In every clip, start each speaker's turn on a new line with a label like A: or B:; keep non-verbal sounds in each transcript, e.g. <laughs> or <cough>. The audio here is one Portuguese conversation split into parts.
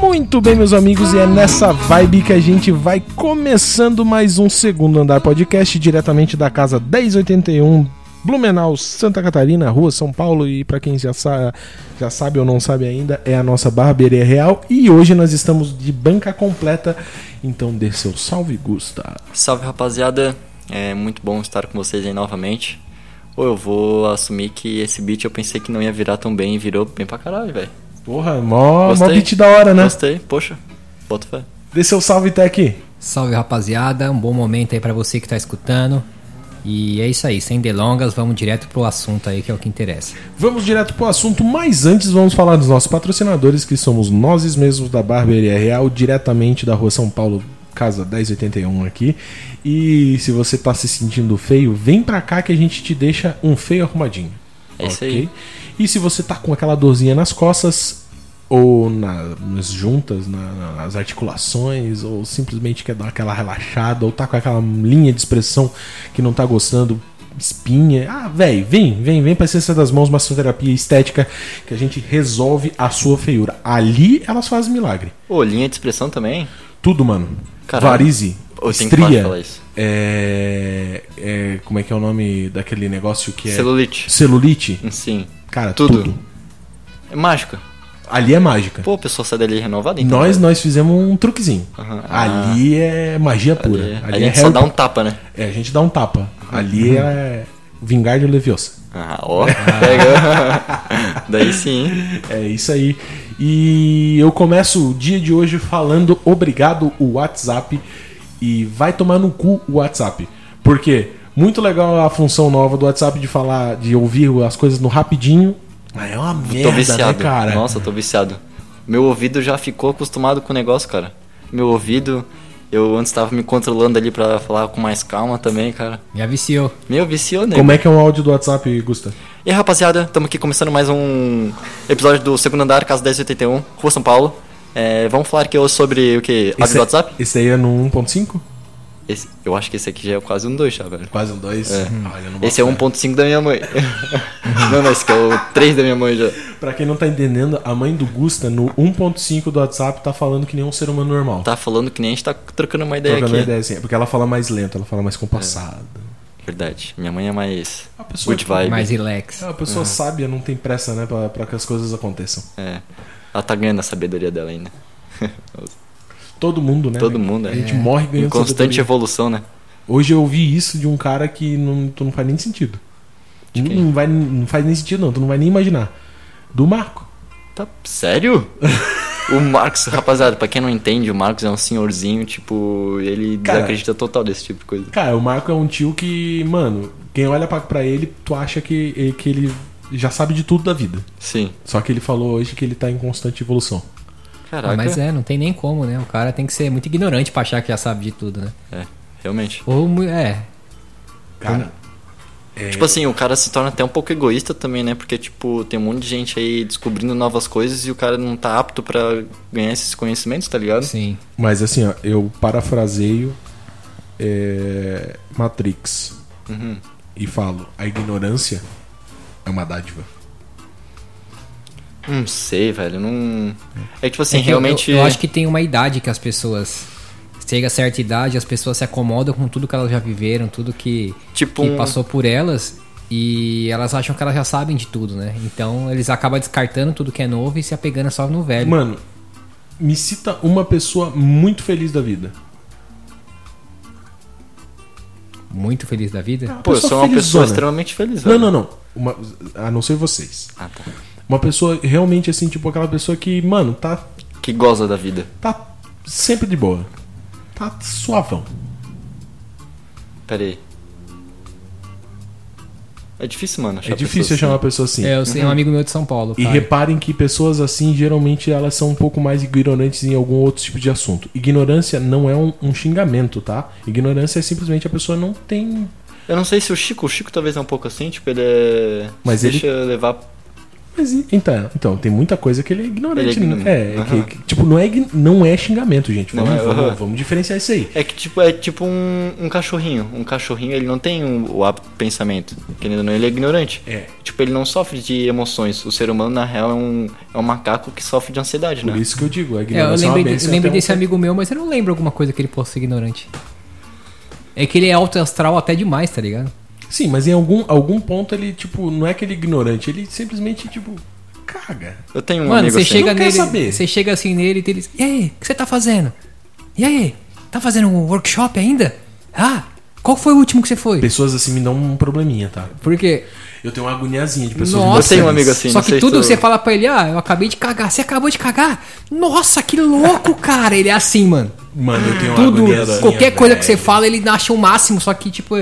A: Muito bem, meus amigos, e é nessa vibe que a gente vai começando mais um Segundo Andar Podcast, diretamente da casa 1081, Blumenau, Santa Catarina, Rua São Paulo. E para quem já, sa já sabe ou não sabe ainda, é a nossa barbearia real. E hoje nós estamos de banca completa, então dê seu salve, Gusta.
B: Salve, rapaziada. É muito bom estar com vocês aí novamente. Ou eu vou assumir que esse beat eu pensei que não ia virar tão bem e virou bem pra caralho, velho.
A: Porra, mó, mó
B: Gostei.
A: beat da hora, né?
B: Gostei, poxa, bota fé.
A: Dê seu salve, Tech.
C: Salve rapaziada, um bom momento aí pra você que tá escutando. E é isso aí, sem delongas, vamos direto pro assunto aí que é o que interessa.
A: Vamos direto pro assunto, mas antes vamos falar dos nossos patrocinadores, que somos nós mesmos da Barbearia Real, diretamente da Rua São Paulo, casa 1081 aqui. E se você tá se sentindo feio, vem pra cá que a gente te deixa um feio arrumadinho.
B: É isso
A: Ok?
B: aí.
A: E se você tá com aquela dorzinha nas costas, ou na- nas juntas, na- na- nas articulações, ou simplesmente quer dar aquela relaxada, ou tá com aquela linha de expressão que não tá gostando, espinha. Ah, velho, vem, vem, vem pra Ciência das Mãos, Massoterapia Estética, que a gente resolve a sua feiura. Ali elas fazem milagre.
B: Ô, linha de expressão também?
A: Tudo, mano.
B: Caralho.
A: Varize,
B: Eu tenho que parar de
A: estria,
B: falar isso.
A: é, é- como é que é o nome daquele negócio que é...
B: Celulite.
A: Celulite.
B: Sim.
A: Cara,
B: Tudo.
A: tudo.
B: É mágica.
A: Ali é mágica.
B: Pô, a pessoa sai dali renovada, então.
A: Nós, nós fizemos um truquezinho.
B: Aham. Ah.
A: Ali é magia pura.
B: Ali,
A: Ali,
B: a
A: é
B: gente só
A: Harry
B: dá um
A: Po-
B: tapa, né?
A: É, a gente dá um tapa. Ali é Vingardium Leviosa.
B: Ah,
A: <laughs>
B: ó. Pega. Daí sim. hein?
A: É isso aí. E eu começo o dia de hoje falando obrigado o WhatsApp e vai tomar no cu o WhatsApp. Por quê? Muito legal a função nova do WhatsApp de falar, de ouvir as coisas no rapidinho. Mas é uma merda,
B: Tô viciado.
A: né, cara?
B: Nossa, tô viciado. Meu ouvido já ficou acostumado com o negócio, cara. Meu ouvido, eu antes tava me controlando ali pra falar com mais calma também, cara.
C: Já viciou.
B: Meu, viciou, né?
A: Como é que é um áudio do WhatsApp, Gusta?
B: E aí, rapaziada, estamos aqui começando mais um episódio do Segundo Andar, Casa 1081, Rua São Paulo. É, vamos falar aqui hoje sobre o que? Abre
A: Esse
B: o
A: é-
B: WhatsApp?
A: Esse aí é no 1.5?
B: Esse- eu acho que esse aqui já é quase um 2 já, velho.
A: Quase um 2. Olha, eu não
B: Esse é
A: boto fé.
B: 1.5 da
A: <laughs>
B: minha mãe. não, não, esse aqui é o 3 da minha mãe já.
A: Pra quem não tá entendendo, a mãe do Gusta, no 1.5 do WhatsApp, tá falando que nem um ser humano normal.
B: Tá falando que nem a gente tá trocando uma ideia
A: Trocando uma
B: aqui.
A: ideia assim. É porque ela fala mais lento, ela fala mais compassada.
B: Verdade. Minha mãe é mais
A: A pessoa,
B: good vibe.
C: Mais relax.
A: É uma
B: Uhum.
A: pessoa sábia, não tem pressa, né, pra, pra que as coisas aconteçam.
B: É. Ela tá ganhando a sabedoria dela ainda.
A: Todo mundo, né?
B: Todo
A: né?
B: mundo,
A: A gente
B: é.
A: morre
B: Em
A: ganhando
B: constante
A: sabedoria.
B: evolução, né?
A: Hoje eu ouvi isso de um cara que não, tu não faz nem sentido. Não,
B: quem?
A: não vai, não faz nem sentido, não. Tu não vai nem imaginar. Do Marco.
B: Tá, sério? o Marcos, rapaziada, pra quem não entende, o Marcos é um senhorzinho, tipo, ele
A: Cara.
B: desacredita total desse tipo de coisa.
A: Cara, o Marco é um tio que, mano, quem olha pra, pra ele, tu acha que, que ele já sabe de tudo da vida.
B: Sim.
A: Só que ele falou hoje que ele tá em constante evolução.
B: Caraca.
C: Mas
B: é.
C: é, não tem nem como, né? O cara tem que ser muito ignorante pra achar que já sabe de tudo, né?
B: É, realmente.
C: Ou mu- é,
A: Cara,
B: Tipo assim, o cara se torna até um pouco egoísta também, né? Porque, tipo, tem um monte de gente aí descobrindo novas coisas e o cara não tá apto pra ganhar esses conhecimentos, tá ligado?
C: sim.
A: mas assim, ó, eu parafraseio é, Matrix
B: Uhum.
A: e falo: a ignorância é uma dádiva.
B: Não sei, velho. Não. É que, tipo assim,
C: É que eu-
B: realmente.
C: Eu, eu acho que tem uma idade que as pessoas. Chega a certa idade, as pessoas se acomodam com tudo que elas já viveram, tudo que,
B: Tipo
C: que
B: um-
C: passou por elas. E elas acham que elas já sabem de tudo, né? Então eles acabam descartando tudo que é novo e se apegando só no velho.
A: Mano, me cita uma pessoa muito feliz da vida.
C: Muito feliz da vida?
B: Pô, eu
A: pessoa
B: sou uma pessoa
A: felizona.
B: extremamente feliz,
A: Não,
B: velho.
A: não, não. Uma- a não ser vocês.
B: Ah, tá.
A: Uma pessoa realmente assim, tipo aquela pessoa que, mano, tá,
B: Que goza da vida.
A: tá sempre de boa. Tá suavão.
B: Pera aí. É difícil, mano. achar
A: É difícil
B: pessoas
A: achar uma pessoa assim.
C: É, eu sei, um amigo meu de São Paulo.
A: E
C: cara.
A: reparem que pessoas assim, geralmente elas são um pouco mais ignorantes em algum outro tipo de assunto. Ignorância não é um, um xingamento, tá? Ignorância é simplesmente a pessoa não tem.
B: assim. Eu não sei se o Chico, o Chico talvez é um pouco assim, tipo, ele é.
A: Mas
B: se
A: ele-
B: deixa levar
A: Mas e- então, então, tem muita coisa que ele é ignorante.
B: Ele é
A: né?
B: ignorante.
A: é, é que-
B: Aham.
A: que, tipo, não é, ign- não é xingamento, gente.
B: Não
A: Vamos,
B: é,
A: vamos,
B: aham.
A: vamos diferenciar isso aí.
B: É que tipo, é tipo um, um cachorrinho. Um cachorrinho ele não tem um- o hábito de pensamento. Querendo ou não, ele é ignorante.
A: É.
B: Tipo, ele não sofre de emoções. O ser humano, na real, é um, é um macaco que sofre de ansiedade,
A: Por
B: né?
A: isso que eu digo, a
C: É, eu
A: ignorância é, uma
C: lembrei, de-
A: bênção,
C: eu lembrei
A: até um
C: desse amigo meu, mas eu não lembro alguma coisa que ele possa ser ignorante. É que ele é alto astral até demais, tá ligado?
A: Sim, mas em algum, algum ponto ele, tipo, não é aquele ignorante, ele simplesmente, tipo, caga.
B: Eu tenho um
C: Mano,
B: amigo
C: você
B: assim.
C: chega
A: não quer
C: nele.
A: saber.
C: Você chega assim nele e ele diz: E aí, o que você tá fazendo? E aí, tá fazendo um workshop ainda? Ah, qual foi o último que você foi?
A: Pessoas assim me dão um probleminha, tá?
C: Porque.
A: Eu tenho uma agoniazinha de pessoas
C: Nossa,
B: Eu tenho um amigo
A: ignorantes.
B: assim,
C: Só
B: não
C: que
B: sei se
C: tudo
B: tu-
C: você fala pra ele, ah, eu acabei de cagar, você acabou de cagar? Nossa, que louco, cara! Ele é assim, mano.
A: Mano, eu tenho uma
C: Tudo,
A: agoniazinha,
C: qualquer coisa
A: velho.
C: que você fala, ele acha o máximo, só que, tipo,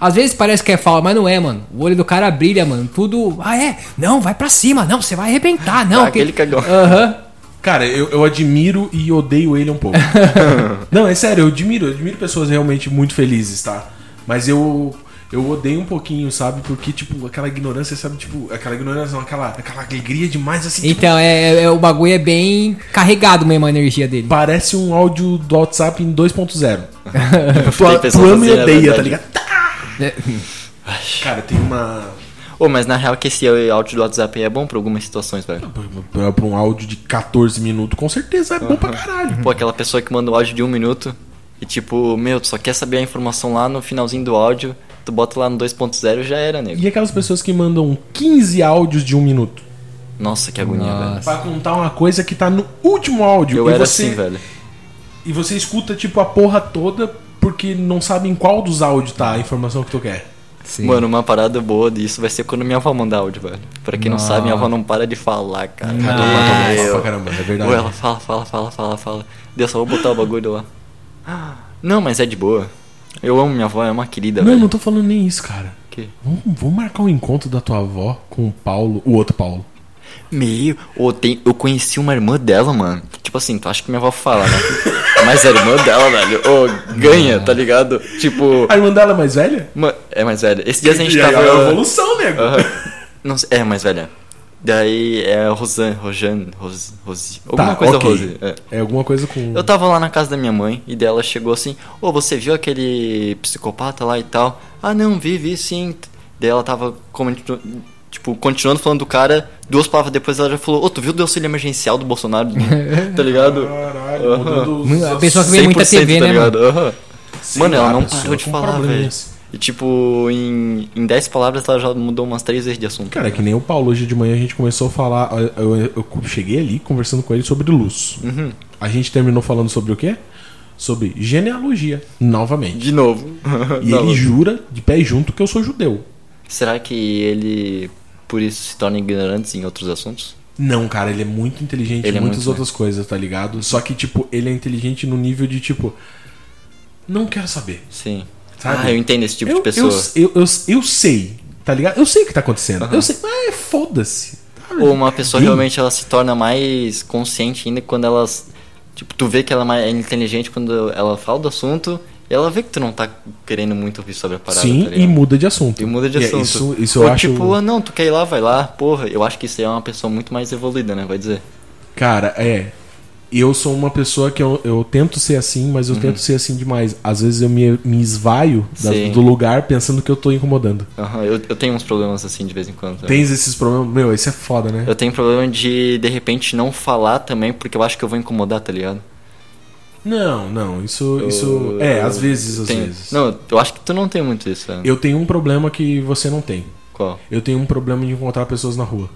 C: às vezes parece que é fala, mas não é, mano. O olho do cara brilha, mano. Tudo, ah, é? Não, vai pra cima, não, você vai arrebentar, não.
B: Ah, aquele
A: <laughs>
B: cagão.
C: Aham.
A: Cara, eu, eu admiro e odeio ele um pouco. não, é sério, eu admiro, eu admiro pessoas realmente muito felizes, tá? Mas eu eu odeio um pouquinho, sabe? Porque, tipo, aquela ignorância, sabe? Tipo, aquela ignorância, não, aquela, aquela alegria demais, assim. tipo,
C: Então, é, é- o bagulho é bem carregado mesmo a energia dele.
A: parece um áudio do WhatsApp em 2.0.
B: Tem
A: tu,
B: pessoas
A: tu ama e
B: assim, é
A: odeia, tá
B: verdade.
A: ligado?
C: É.
A: Cara, tem uma.
B: Ô, mas na real que esse áudio do WhatsApp aí é bom pra algumas situações, velho.
A: Pra, pra um áudio de 14 minutos, com certeza é bom pra caralho.
B: Pô, aquela pessoa que manda o áudio de um minuto e tipo, meu, tu só quer saber a informação lá no finalzinho do áudio, tu bota lá no 2.0 e já era, nego.
A: E aquelas pessoas que mandam 15 áudios de um minuto
B: Nossa, que agonia, velho.
A: pra contar uma coisa que tá no último áudio.
B: Eu
A: e
B: era
A: você,
B: assim, velho.
A: E você escuta, tipo, a porra toda porque não sabe em qual dos áudios tá a informação que tu quer.
C: Sim.
B: Mano, uma parada boa disso vai ser quando minha avó mandar áudio, velho. Pra quem não sabe, minha avó não para de falar, cara.
A: Caramba,
B: Meu.
A: pra caramba, é verdade.
B: Ou ela fala, fala, fala, fala, fala. Deus, só vou botar o bagulho lá. <gasps> Não, mas é de boa. Eu amo minha avó, é uma querida,
A: Não,
B: velho.
A: não tô falando nem isso, cara.
B: Que-
A: Vamos, vamos marcar um encontro da tua avó com o Paulo, o outro Paulo.
B: Meu, ô, tem- eu conheci uma irmã dela, mano. Tipo assim, tu acha que minha avó fala, né? <laughs> Mas a irmã dela, velho, ô, ganha, tá ligado? Tipo,
A: A irmã dela é mais velha?
B: ma- é mais velha. Esse dia a gente
A: E aí,
B: tava.
A: é a evolução, nego.
B: Aham. Não sei- é mais velha. Daí é a Rosan, Rojan, Rose, Rose, alguma
A: Tá,
B: coisa
A: ok.
B: Rose. é.
A: É alguma coisa com.
B: Eu tava lá na casa da minha mãe e dela chegou assim: Ô, você viu aquele psicopata lá e tal? Ah, não, vi, vi sim. Daí ela tava comentando. Tipo, continuando falando do cara, duas palavras depois ela já falou, ô, tu viu do auxílio emergencial do Bolsonaro? tá ligado?
A: Caralho, mudando os-
C: A pessoa que vê muita
B: 100%,
C: TV, né, mano?
B: Aham.
A: Sei
B: Mano,
A: lá,
B: ela não
A: ah, pessoa
B: parou de
A: com
B: falar, velho.
A: probleminhas.
B: E tipo, em, em 10 palavras ela já mudou umas três vezes de assunto.
A: Cara, é que nem o Paulo, hoje de manhã a gente começou a falar. Eu, eu- eu cheguei ali conversando com ele sobre luz.
B: Uhum.
A: A gente terminou falando sobre o quê? Sobre genealogia, novamente.
B: De novo. <laughs>
A: E
B: Não.
A: ele jura, de pé junto, que eu sou judeu.
B: Será que ele, por isso, se torna ignorante em outros assuntos?
A: Não, cara, ele é muito inteligente
B: Ele
A: em
B: é
A: muitas
B: muito,
A: outras coisas, tá ligado? Só que, tipo, ele é inteligente no nível de, tipo, não quero saber.
B: Sim.
A: Sabe?
B: Ah, eu entendo esse tipo
A: eu,
B: de pessoa.
A: Eu, eu, eu, eu sei, tá ligado? Eu sei o que tá acontecendo. Eu sei, mas é, foda-se.
B: Ou uma pessoa
A: Sim.
B: realmente ela se torna mais consciente ainda quando elas. Tipo, tu vê que ela é mais inteligente quando ela fala do assunto e ela vê que tu não tá querendo muito ouvir sobre a parada.
A: Sim,
B: tá ligado?
A: e muda de assunto.
B: E muda de
A: é,
B: assunto.
A: Isso, isso
B: Ou
A: eu acho.
B: tipo, ah, não, tu quer ir lá, vai lá. Porra, eu acho que isso aí é uma pessoa muito mais evoluída, né? Vai dizer.
A: Cara, é. Eu sou uma pessoa que eu, eu tento ser assim, mas eu
B: Uhum.
A: tento ser assim demais. Às vezes eu me, me esvaio da-
B: Sim.
A: do lugar pensando que eu tô incomodando.
B: Aham, eu, eu tenho uns problemas assim de vez em quando. também.
A: Tens esses problemas? Meu, esse é foda, né?
B: Eu tenho problema de, de repente, não falar também, porque eu acho que eu vou incomodar, tá ligado?
A: Não, não, isso. isso é, às vezes, às
B: Tem-
A: vezes.
B: Não, eu acho que tu não tem muito isso, né?
A: Eu tenho um problema que você não tem.
B: Qual?
A: Eu tenho um problema de encontrar pessoas na rua.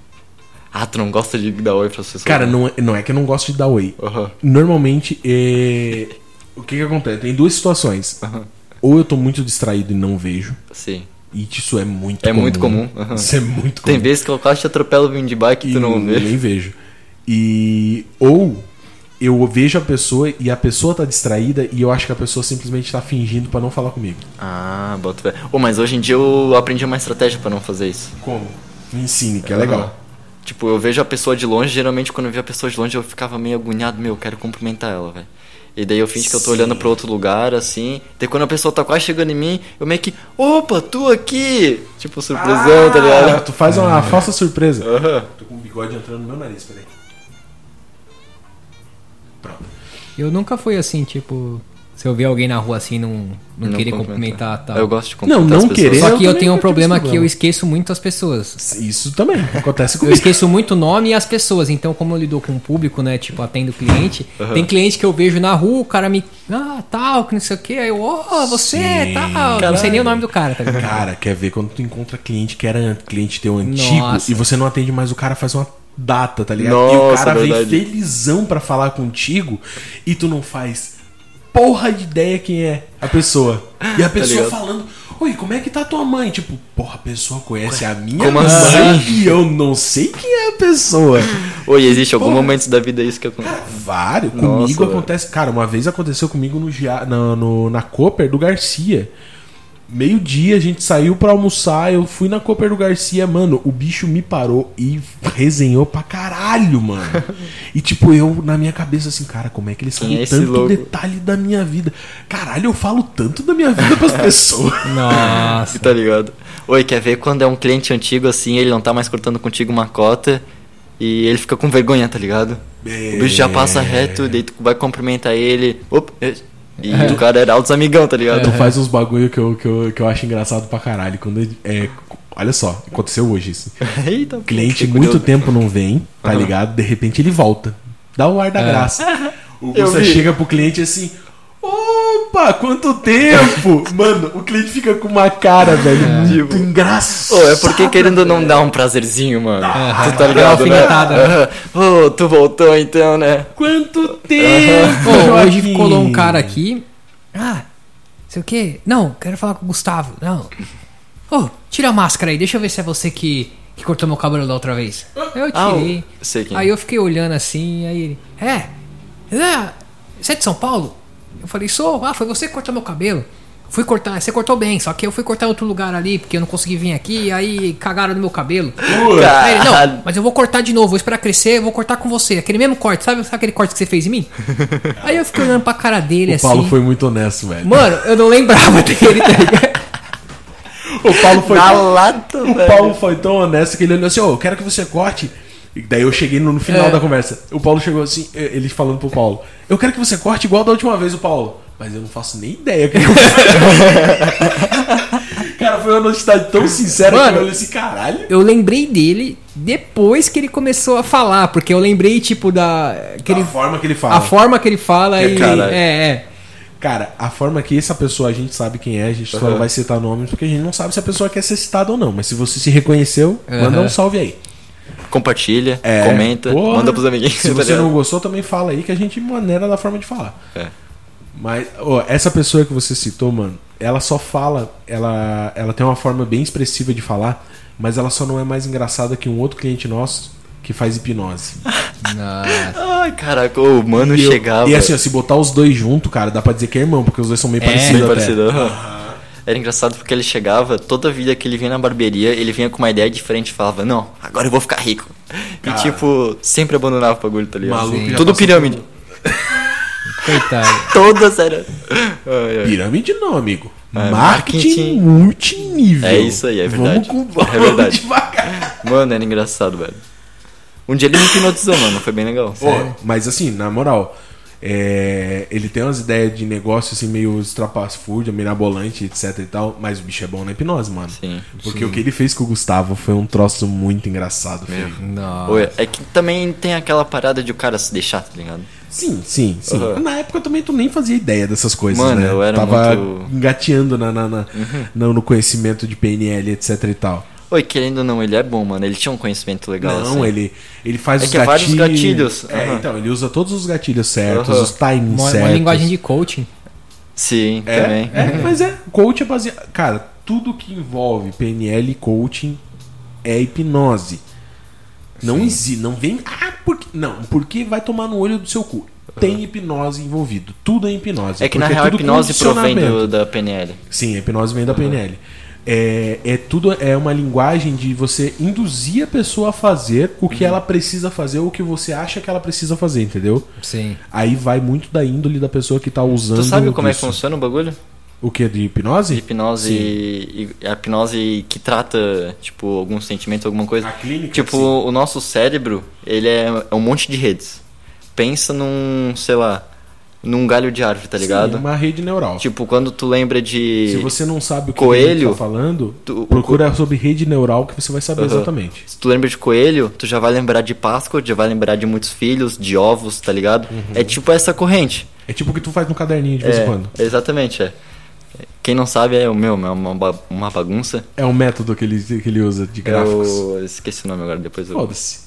B: Ah, tu não gosta de dar oi pra pessoas?
A: Cara, não é, não é que eu não gosto de dar oi.
B: Aham.
A: Normalmente, é... o que que acontece? Tem duas situações. Ou eu tô muito distraído e não vejo.
B: Sim.
A: E isso é muito
B: É
A: comum.
B: muito comum, aham.
A: Isso é muito comum.
B: Tem vezes que eu quase te atropelo vindo de bike e tu não vê.
A: Nem vejo. E ou eu vejo a pessoa e a pessoa tá distraída e eu acho que a pessoa simplesmente tá fingindo pra não falar comigo.
B: Ah, bota fé. Ô, mas hoje em dia eu aprendi uma estratégia pra não fazer isso.
A: Como? Me ensine, que é legal.
B: Tipo, eu vejo a pessoa de longe, geralmente quando eu via a pessoa de longe eu ficava meio agoniado, meu, eu quero cumprimentar ela, velho. E daí eu fingi que eu tô olhando pra outro lugar, assim. Daí quando a pessoa tá quase chegando em mim, eu meio que,
A: Ah!
B: opa, tu aqui! Tipo, surpresão, tá ligado?
A: tu faz uma falsa surpresa. um
B: Aham.
A: bigode entrando no meu nariz, peraí. Pronto.
C: Eu nunca fui assim, tipo. Se eu ver alguém na rua assim, não, não,
B: Não
C: querer
B: cumprimentar.
C: cumprimentar tal.
B: Eu gosto de cumprimentar
A: tá. Não,
B: as
A: não
B: pessoas.
A: querer.
C: Só
A: Eu
C: que eu
A: também
C: tenho um
A: nunca tive
C: problema que
A: problema.
C: eu esqueço muito as pessoas.
A: Isso também acontece
C: Eu <laughs>
A: comigo.
C: esqueço muito o nome e as pessoas. Então, como eu lido com o público, né? Tipo, atendo cliente. Tem cliente que eu vejo na rua, o cara me. Ah, tal, que não sei o quê. Aí eu, ô, você,
A: Sim.
C: tal. Não sei nem o nome do cara, tá
A: <laughs>
C: ligado?
A: Cara, quer ver quando tu encontra cliente que era an- cliente teu antigo
C: Nossa.
A: e você não atende mais, o cara faz uma data, tá ligado? e o
B: Nossa,
A: cara
B: verdade.
A: vem felizão pra falar contigo e tu não faz porra de ideia quem é a pessoa. E a pessoa
B: Tá ligado?
A: falando, oi, como é que tá tua mãe? Tipo, porra, a pessoa conhece a minha
B: Como
A: mãe
B: assim?
A: e eu não sei quem é a pessoa.
B: Oi, existe algum momento da vida isso que acontece?
A: Vário,
B: Nossa,
A: comigo
B: velho.
A: acontece. Cara, uma vez aconteceu comigo no, Gia- na, no- na Cooper do Garcia. Meio-dia, a gente saiu pra almoçar, eu fui na Cooper do Garcia, mano, o bicho me parou e resenhou pra caralho,
B: <laughs>
A: mano. e tipo, eu na minha cabeça assim, cara, como é que eles
B: Quem
A: sabem
B: é esse
A: tanto
B: louco?
A: detalhe da minha vida? Caralho, eu falo tanto da minha vida
B: <laughs>
A: pras pessoas.
C: Nossa.
B: Tá ligado? Oi, quer ver quando é um cliente antigo assim, ele não tá mais cortando contigo uma cota e ele fica com vergonha, tá ligado? O bicho já passa reto, daí tu vai cumprimentar ele. Opa, e e
A: É.
B: o cara era altos amigão, tá ligado?
A: Tu faz uns bagulho que eu, que, eu, que eu acho engraçado pra caralho. Quando ele- é, olha só, aconteceu hoje isso.
B: <laughs> Eita, pô,
A: É. cliente
B: fiquei
A: muito
B: curioso.
A: tempo não vem, tá ligado? De repente ele volta. Dá o ar da graça. O
B: É. <laughs> Eu
A: Gusta
B: vi.
A: chega pro cliente assim. Opa, quanto
B: <laughs>
A: tempo! Mano, o cliente fica com uma cara, velho, muito engraçado.
B: É. Tipo, Ô, é porque querendo não dar um prazerzinho, mano.
A: É,
B: tu tá
C: dá uma
B: ligado, né?
C: alfinetada, né?
B: Aham. <laughs> Ô, tu voltou então, né?
A: Quanto tempo!
C: Pô, <laughs> hoje
A: Joaquim?
C: colou um cara aqui. Ah, sei o quê. Não, quero falar com o Gustavo. Não. Ô, tira a máscara aí, deixa eu ver se é você que, que cortou meu cabelo da outra vez. Eu
B: Ah, o-
C: tirei.
B: sei quem é.
C: Aí eu fiquei olhando assim, aí ele. É? é, Você é de São Paulo? Eu falei, sou, ah, foi você que cortou meu cabelo. Fui cortar, você cortou bem, só que eu fui cortar em outro lugar ali, porque eu não consegui vir aqui, aí cagaram no meu cabelo. Aí ele,
B: Caralho.
C: não, mas eu vou cortar de novo, vou esperar crescer, eu vou cortar com você. Aquele mesmo corte, sabe, sabe aquele corte que você fez em mim? Aí eu fiquei olhando pra cara dele
A: O
C: assim.
A: Paulo foi muito honesto, velho.
C: Mano, eu não lembrava <laughs> dele, tá ligado?
A: O Paulo foi.
B: Na lata,
A: O
C: É.
B: velho.
A: Paulo foi tão honesto que ele olhou assim, ô, eu quero que você corte. E daí eu cheguei no, no final
C: É.
A: da conversa. O Paulo chegou assim, eh, ele falando pro Paulo, eu quero que você corte igual da última vez, o Paulo. Mas eu não faço nem ideia que eu <laughs> Cara, foi uma honestidade tão sincera que
C: Mano.
A: eu olhei assim, caralho.
C: Eu lembrei dele depois que ele começou a falar, porque eu lembrei, tipo, da. Que ele,
A: A forma que ele fala.
C: a forma que ele fala
A: Que
C: e.
B: caralho.
C: É, é.
A: Cara, a forma que essa pessoa a gente sabe quem é, a gente só não vai citar nomes porque a gente não sabe se a pessoa quer ser citada ou não. Mas se você se reconheceu, manda um salve aí.
B: Compartilha,
A: É,
B: comenta,
A: porra,
B: manda pros amiguinhos.
A: Se
B: tá
A: você
B: ligado?
A: não gostou, também fala aí que a gente maneira da forma de falar.
B: É.
A: Mas, ó, essa pessoa que você citou, mano, ela só fala, ela, ela tem uma forma bem expressiva de falar, mas ela só não é mais engraçada que um outro cliente nosso que faz hipnose.
B: Ai, caraca, ô, o mano
A: eu-
B: <laughs> chegava.
A: e assim, ó, se botar os dois junto, cara, dá pra dizer que é irmão, porque os dois são meio parecidos.
B: Bem
A: até.
B: parecido. aham. Era engraçado porque ele chegava, toda vida que ele vinha na barbearia, ele vinha com uma ideia diferente e falava, não, agora eu vou ficar rico.
A: Cara.
B: E tipo, sempre abandonava o bagulho, tá ligado?
A: Maluco, já
B: Tudo
A: passou
B: pirâmide.
C: Coitado.
B: Todas eram. Ai, ai.
A: Pirâmide não, amigo.
B: É,
A: marketing,
B: marketing.
A: multinível.
B: É isso aí, é verdade.
A: Vamos, com,
B: É verdade.
A: <laughs> vamos devagar.
B: Mano, era engraçado, velho. Um dia ele me hipnotizou, mano, foi bem legal.
A: Pô, mas assim, na moral, é, ele tem umas ideias de negócio assim, meio estrapafúrdia, mirabolante, etc e tal, mas o bicho é bom na hipnose, mano.
B: Sim.
A: Porque o que ele fez com o Gustavo foi um troço muito engraçado, filho.
C: Não.
B: Oi, é que também tem aquela parada de o cara se deixar, tá ligado?
A: Sim, sim, sim.
B: Uhum.
A: Na época também tu nem fazia ideia dessas coisas,
B: Mano,
A: né?
B: eu era
A: Tava
B: muito- Uhum.
A: engateando na, na- na- na- no conhecimento de PNL, etc e tal.
B: Oi, querendo ou não, ele é bom, mano. Ele tinha um conhecimento legal,
A: Não,
B: assim.
A: ele, ele faz
B: É
A: os
B: que é
A: gatilhos.
B: vários gatilhos.
A: É,
B: Aham.
A: então, ele usa todos os gatilhos certos,
B: Aham.
A: os timings
C: Uma,
A: certos.
C: uma linguagem de coaching.
B: Sim,
A: É,
B: também.
A: é, mas é. Coach é baseado. Cara, tudo que envolve PNL e coaching é hipnose. Não existe, não vem. Ah, porque. Não, porque vai tomar no olho do seu cu. Tem hipnose envolvido. Tudo é hipnose.
B: É que na
A: porque
B: real a
A: tudo
B: hipnose provém
A: condicionamento.
B: do- da PNL.
A: Sim, a hipnose vem da PNL. É, é tudo é uma linguagem de você induzir a pessoa a fazer o
B: Uhum.
A: que ela precisa fazer ou o que você acha que ela precisa fazer, entendeu?
C: Sim.
A: Aí vai muito da índole da pessoa que tá usando.
B: Tu sabe como é que
A: isso.
B: funciona o bagulho?
A: O que? De hipnose?
B: Hipnose e, e a hipnose que trata, tipo, algum sentimento, alguma coisa.
A: A clínica,
B: tipo,
A: sim.
B: o nosso cérebro, ele é, é um monte de redes. Pensa num, sei lá, num galho de árvore, tá ligado?
A: Sim, é uma rede neural.
B: Tipo, quando tu lembra de.
A: Se você não sabe o que
B: Coelho,
A: ele tá falando,
B: tu- o
A: procura sobre rede neural que você vai saber
B: Aham.
A: exatamente.
B: Se tu lembra de coelho, tu já vai lembrar de Páscoa, já vai lembrar de muitos filhos, de ovos, tá ligado? É tipo essa corrente.
A: É tipo o que tu faz no caderninho Uhum. de vez em
B: É,
A: quando.
B: exatamente, é. Quem não sabe é o meu, é uma, ba- uma bagunça.
A: É um método que ele, que ele usa de gráficos.
B: Eu esqueci É o nome agora, depois eu...
A: Foda-se.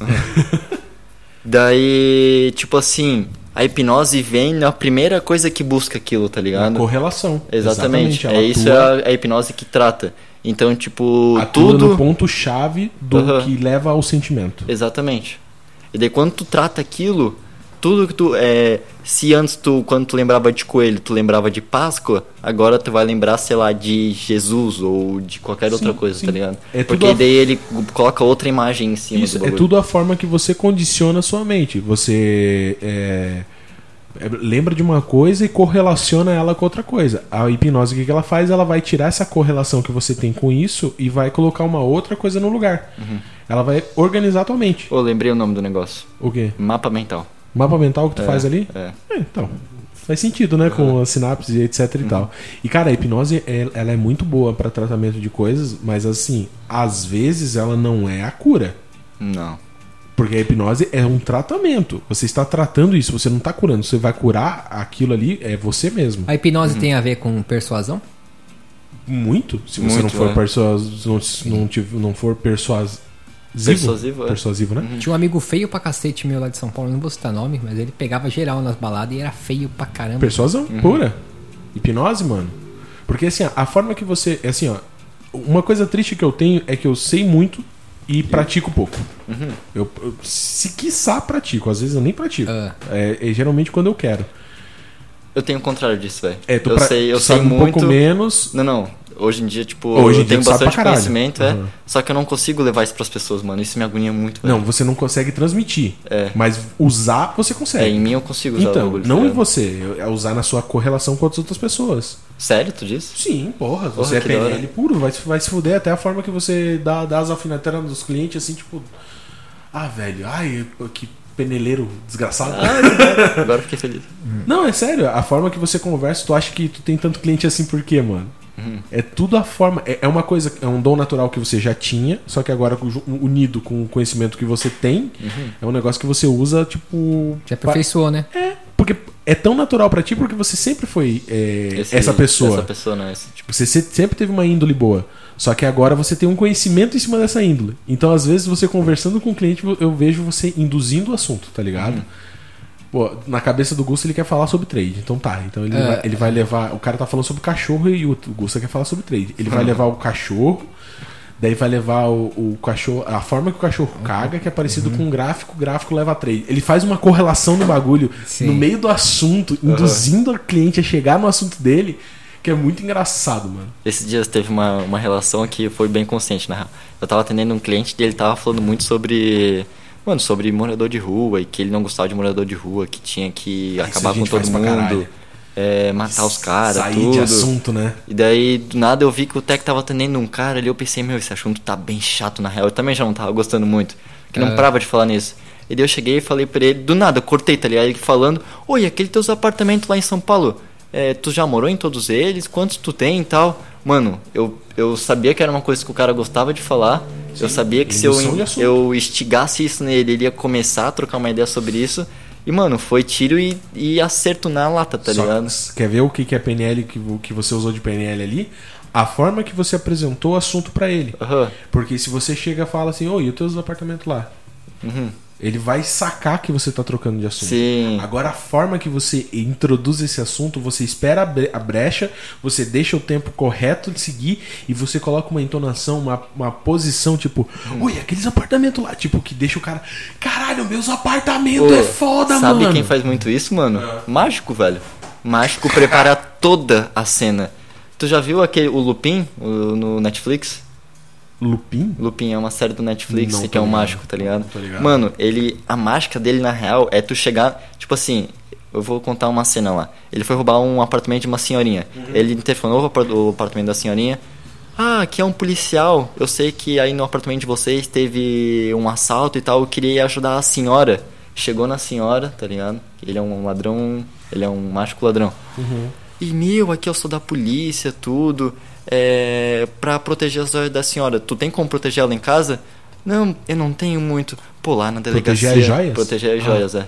B: Daí, tipo assim, a hipnose vem na primeira coisa que busca aquilo,
A: É
B: tá
A: uma
B: ligado?
A: correlação.
B: Exatamente,
A: ela
B: é isso
A: atua-
B: é a, a hipnose que trata. Então, tipo,
A: atua
B: tudo...
A: no ponto-chave do
B: Aham.
A: que leva ao sentimento.
B: Exatamente. E daí quando tu trata aquilo, tudo que tu é, se antes tu quando tu lembrava de coelho, tu lembrava de Páscoa, agora tu vai lembrar, sei lá, de Jesus ou de qualquer outra
A: Sim,
B: coisa,
A: sim.
B: tá ligado?
A: É tudo
B: Porque
A: a-
B: daí ele coloca outra imagem em cima
A: Isso,
B: do
A: é
B: bagulho.
A: tudo a forma que você condiciona a sua mente. Você é, é, lembra de uma coisa e correlaciona ela com outra coisa. A hipnose, o que que ela faz? Ela vai tirar essa correlação que você tem com isso e vai colocar uma outra coisa no lugar.
B: Uhum.
A: Ela vai organizar a tua mente.
B: Ô, lembrei o nome do negócio.
A: O quê?
B: Mapa mental.
A: Mapa mental que tu faz ali?
B: É.
A: É, então. Faz sentido, né? Com as sinapses e etc e
B: Uhum.
A: tal. E, cara, a hipnose, é- ela é muito boa pra tratamento de coisas, mas, assim, às vezes ela não é a cura.
B: Não.
A: Porque a hipnose é um tratamento. Você está tratando isso, você não está curando. Você vai curar aquilo ali, é você mesmo.
C: A hipnose
A: Uhum.
C: tem a ver com persuasão?
A: Muito. Se você
B: Muito,
A: não for
B: é.
A: persuas, não, não, tive- não for persuasivo.
B: Persuasivo, é.
A: Persuasivo, né?
C: Tinha um amigo feio pra cacete meu lá de São Paulo, não vou citar nome, mas ele pegava geral nas baladas e era feio pra caramba.
A: Persuasão
B: Uhum.
A: pura. Hipnose, mano. Porque assim, ó, a forma que você. é Assim, ó. Uma coisa triste que eu tenho é que eu sei muito e pratico pouco.
B: Uhum.
A: Eu, eu, se quiçá, pratico. Às vezes eu nem pratico.
C: Ah.
A: É, é geralmente quando eu quero.
B: Eu tenho o contrário disso, velho.
A: É, tu
B: eu
A: pra-
B: sei, eu
A: tu
B: sei
A: sabe um
B: muito.
A: pouco menos.
B: Não, não. Hoje em dia, tipo,
A: Hoje em dia
B: eu tenho
A: tu sabe pra
B: bastante
A: caralho.
B: conhecimento,
A: Uhum.
B: é. Só que eu não consigo levar isso pras pessoas, mano. Isso me agonia muito, velho.
A: Não, você não consegue transmitir.
B: É.
A: Mas usar, você consegue.
B: É, em mim eu consigo usar o
A: então,
B: bagulho. tá
A: não em
B: ligado?
A: você, é usar na sua correlação com as outras pessoas.
B: Sério, tu disse?
A: <laughs> Sim, porra,
B: Porra,
A: você é
B: que da hora.
A: PNL puro, vai, se- vai se fuder até a forma que você dá, dá as alfinetadas dos clientes, assim, tipo. Ah, velho, ai, que peneleiro desgraçado.
B: Agora eu fiquei feliz.
A: Não, é sério, a forma que você conversa, tu acha que tu tem tanto cliente assim por quê, mano?
B: Uhum.
A: É tudo a forma. É, é uma coisa, é um dom natural que você já tinha, só que agora com- unido com o conhecimento que você tem,
B: Uhum.
A: é um negócio que você usa, tipo.
C: Te aperfeiçoou, né?
A: É, porque é tão natural pra ti porque você sempre foi é,
B: Esse-
A: essa pessoa.
B: Essa pessoa, né? Esse, tipo,
A: Você se- sempre teve uma índole boa. Só que agora você tem um conhecimento em cima dessa índole. Então, às vezes, você conversando com o cliente, eu vejo você induzindo o assunto, tá ligado? Pô, na cabeça do Gusto ele quer falar sobre trade. Então tá, então ele,
C: É.
A: vai, ele vai levar. O cara tá falando sobre cachorro e o o Gusta quer falar sobre trade. Ele vai levar o cachorro, daí vai levar o, o cachorro. A forma que o cachorro caga, que é parecido com um gráfico, o gráfico leva a trade. Ele faz uma correlação no bagulho,
C: Sim.
A: no meio do assunto, induzindo o cliente a chegar no assunto dele, que é muito engraçado, mano.
B: esses dias teve uma, uma relação que foi bem consciente, na real. Eu tava atendendo um cliente e ele tava falando muito sobre. Mano, sobre morador de rua e que ele não gostava de morador de rua, que tinha que
A: a
B: acabar com
A: gente
B: todo
A: faz pra
B: mundo,
A: caralho.
B: é, matar os caras,
A: Sair
B: tudo.
A: de assunto, né?
B: E daí, do nada, eu vi que o Tec tava atendendo um cara ali. Eu pensei, meu, esse assunto tá bem chato na real. Eu também já não tava gostando muito. Que
A: É.
B: não parava de falar nisso. E daí eu cheguei e falei pra ele, do nada, eu cortei, tá ligado? Ele falando: Oi, aquele teus apartamentos lá em São Paulo, é, tu já morou em todos eles? Quantos tu tem e tal? Mano, eu, eu sabia que era uma coisa que o cara gostava de falar. eu sabia que se eu,
A: indução de assunto.
B: eu estigasse isso nele, ele ia começar a trocar uma ideia sobre isso. E, mano, foi tiro e, e acerto na lata, tá
A: Só-
B: ligado?
A: quer ver o que que é PNL, que, vo- que você usou de PNL ali? A forma que você apresentou o assunto pra ele.
B: Aham.
A: Porque se você chega e fala assim, oi, e os teus apartamentos lá?
B: Uhum.
A: Ele vai sacar que você tá trocando de assunto.
B: Sim.
A: Agora, a forma que você introduz esse assunto, você espera a bre- a brecha, você deixa o tempo correto de seguir e você coloca uma entonação, uma, uma posição, tipo,
B: Hum.
A: oi, aqueles apartamentos lá, tipo, que deixa o cara, caralho, meus apartamentos
B: Pô,
A: é foda,
B: sabe
A: mano.
B: quem faz muito isso, mano? Mágico, velho. Mágico prepara toda a cena. Tu já viu aquele, o Lupin o- no Netflix?
A: Lupin?
B: Lupin é uma série do Netflix
A: Não tô
B: que é um
A: ligado.
B: mágico, tá ligado?
A: tô ligado.
B: Mano, ele. A mágica dele, na real, é tu chegar. Tipo assim, Eu vou contar uma cena lá. Ele foi roubar um apartamento de uma senhorinha. Ele interfonou o apar- o apartamento da senhorinha. Ah, aqui é um policial. Eu sei que aí no apartamento de vocês teve um assalto e tal. Eu queria ir ajudar a senhora. Chegou na senhora, tá ligado? Ele é um ladrão. Ele é um mágico ladrão. E meu, aqui eu sou da polícia, tudo. É. Pra proteger as joias da senhora. Tu tem como proteger ela em casa? Não, eu não tenho muito. Pô, lá na delegacia.
A: Proteger as joias?
B: Proteger as
A: Ah.
B: joias, é.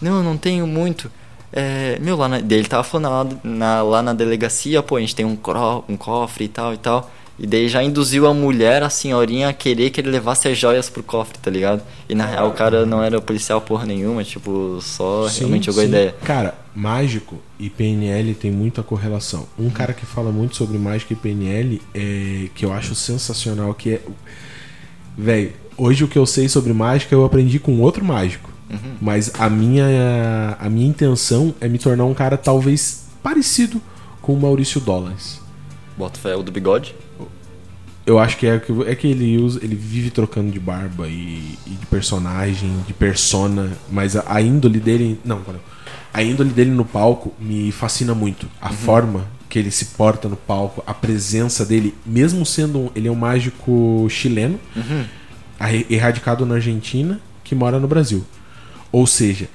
B: Não, eu não tenho muito. É, meu, lá na, daí ele tava falando lá, na, lá na delegacia, pô, a gente tem um, cro, um cofre e tal e tal. E daí já induziu a mulher, a senhorinha, a querer que ele levasse as joias pro cofre, tá ligado? E na real o cara não era policial porra nenhuma, tipo, só
A: Sim,
B: realmente jogou
A: sim.
B: ideia.
A: Cara, mágico e PNL tem muita correlação. Um cara que fala muito sobre mágica e PNL é que eu acho sensacional que é velho, hoje o que eu sei sobre mágica eu aprendi com outro mágico.
B: Uhum.
A: Mas a minha a minha intenção é me tornar um cara talvez parecido com o Maurício Dollars.
B: Bota fé, é o do bigode.
A: Eu acho que é que, é que ele usa, ele vive trocando de barba e, e de personagem, de persona, mas a, a índole dele, não, valeu. A índole dele no palco me fascina muito. A forma que ele se porta no palco, a presença dele, mesmo sendo um, ele é um mágico chileno, arre- erradicado na Argentina, que mora no Brasil. Ou seja,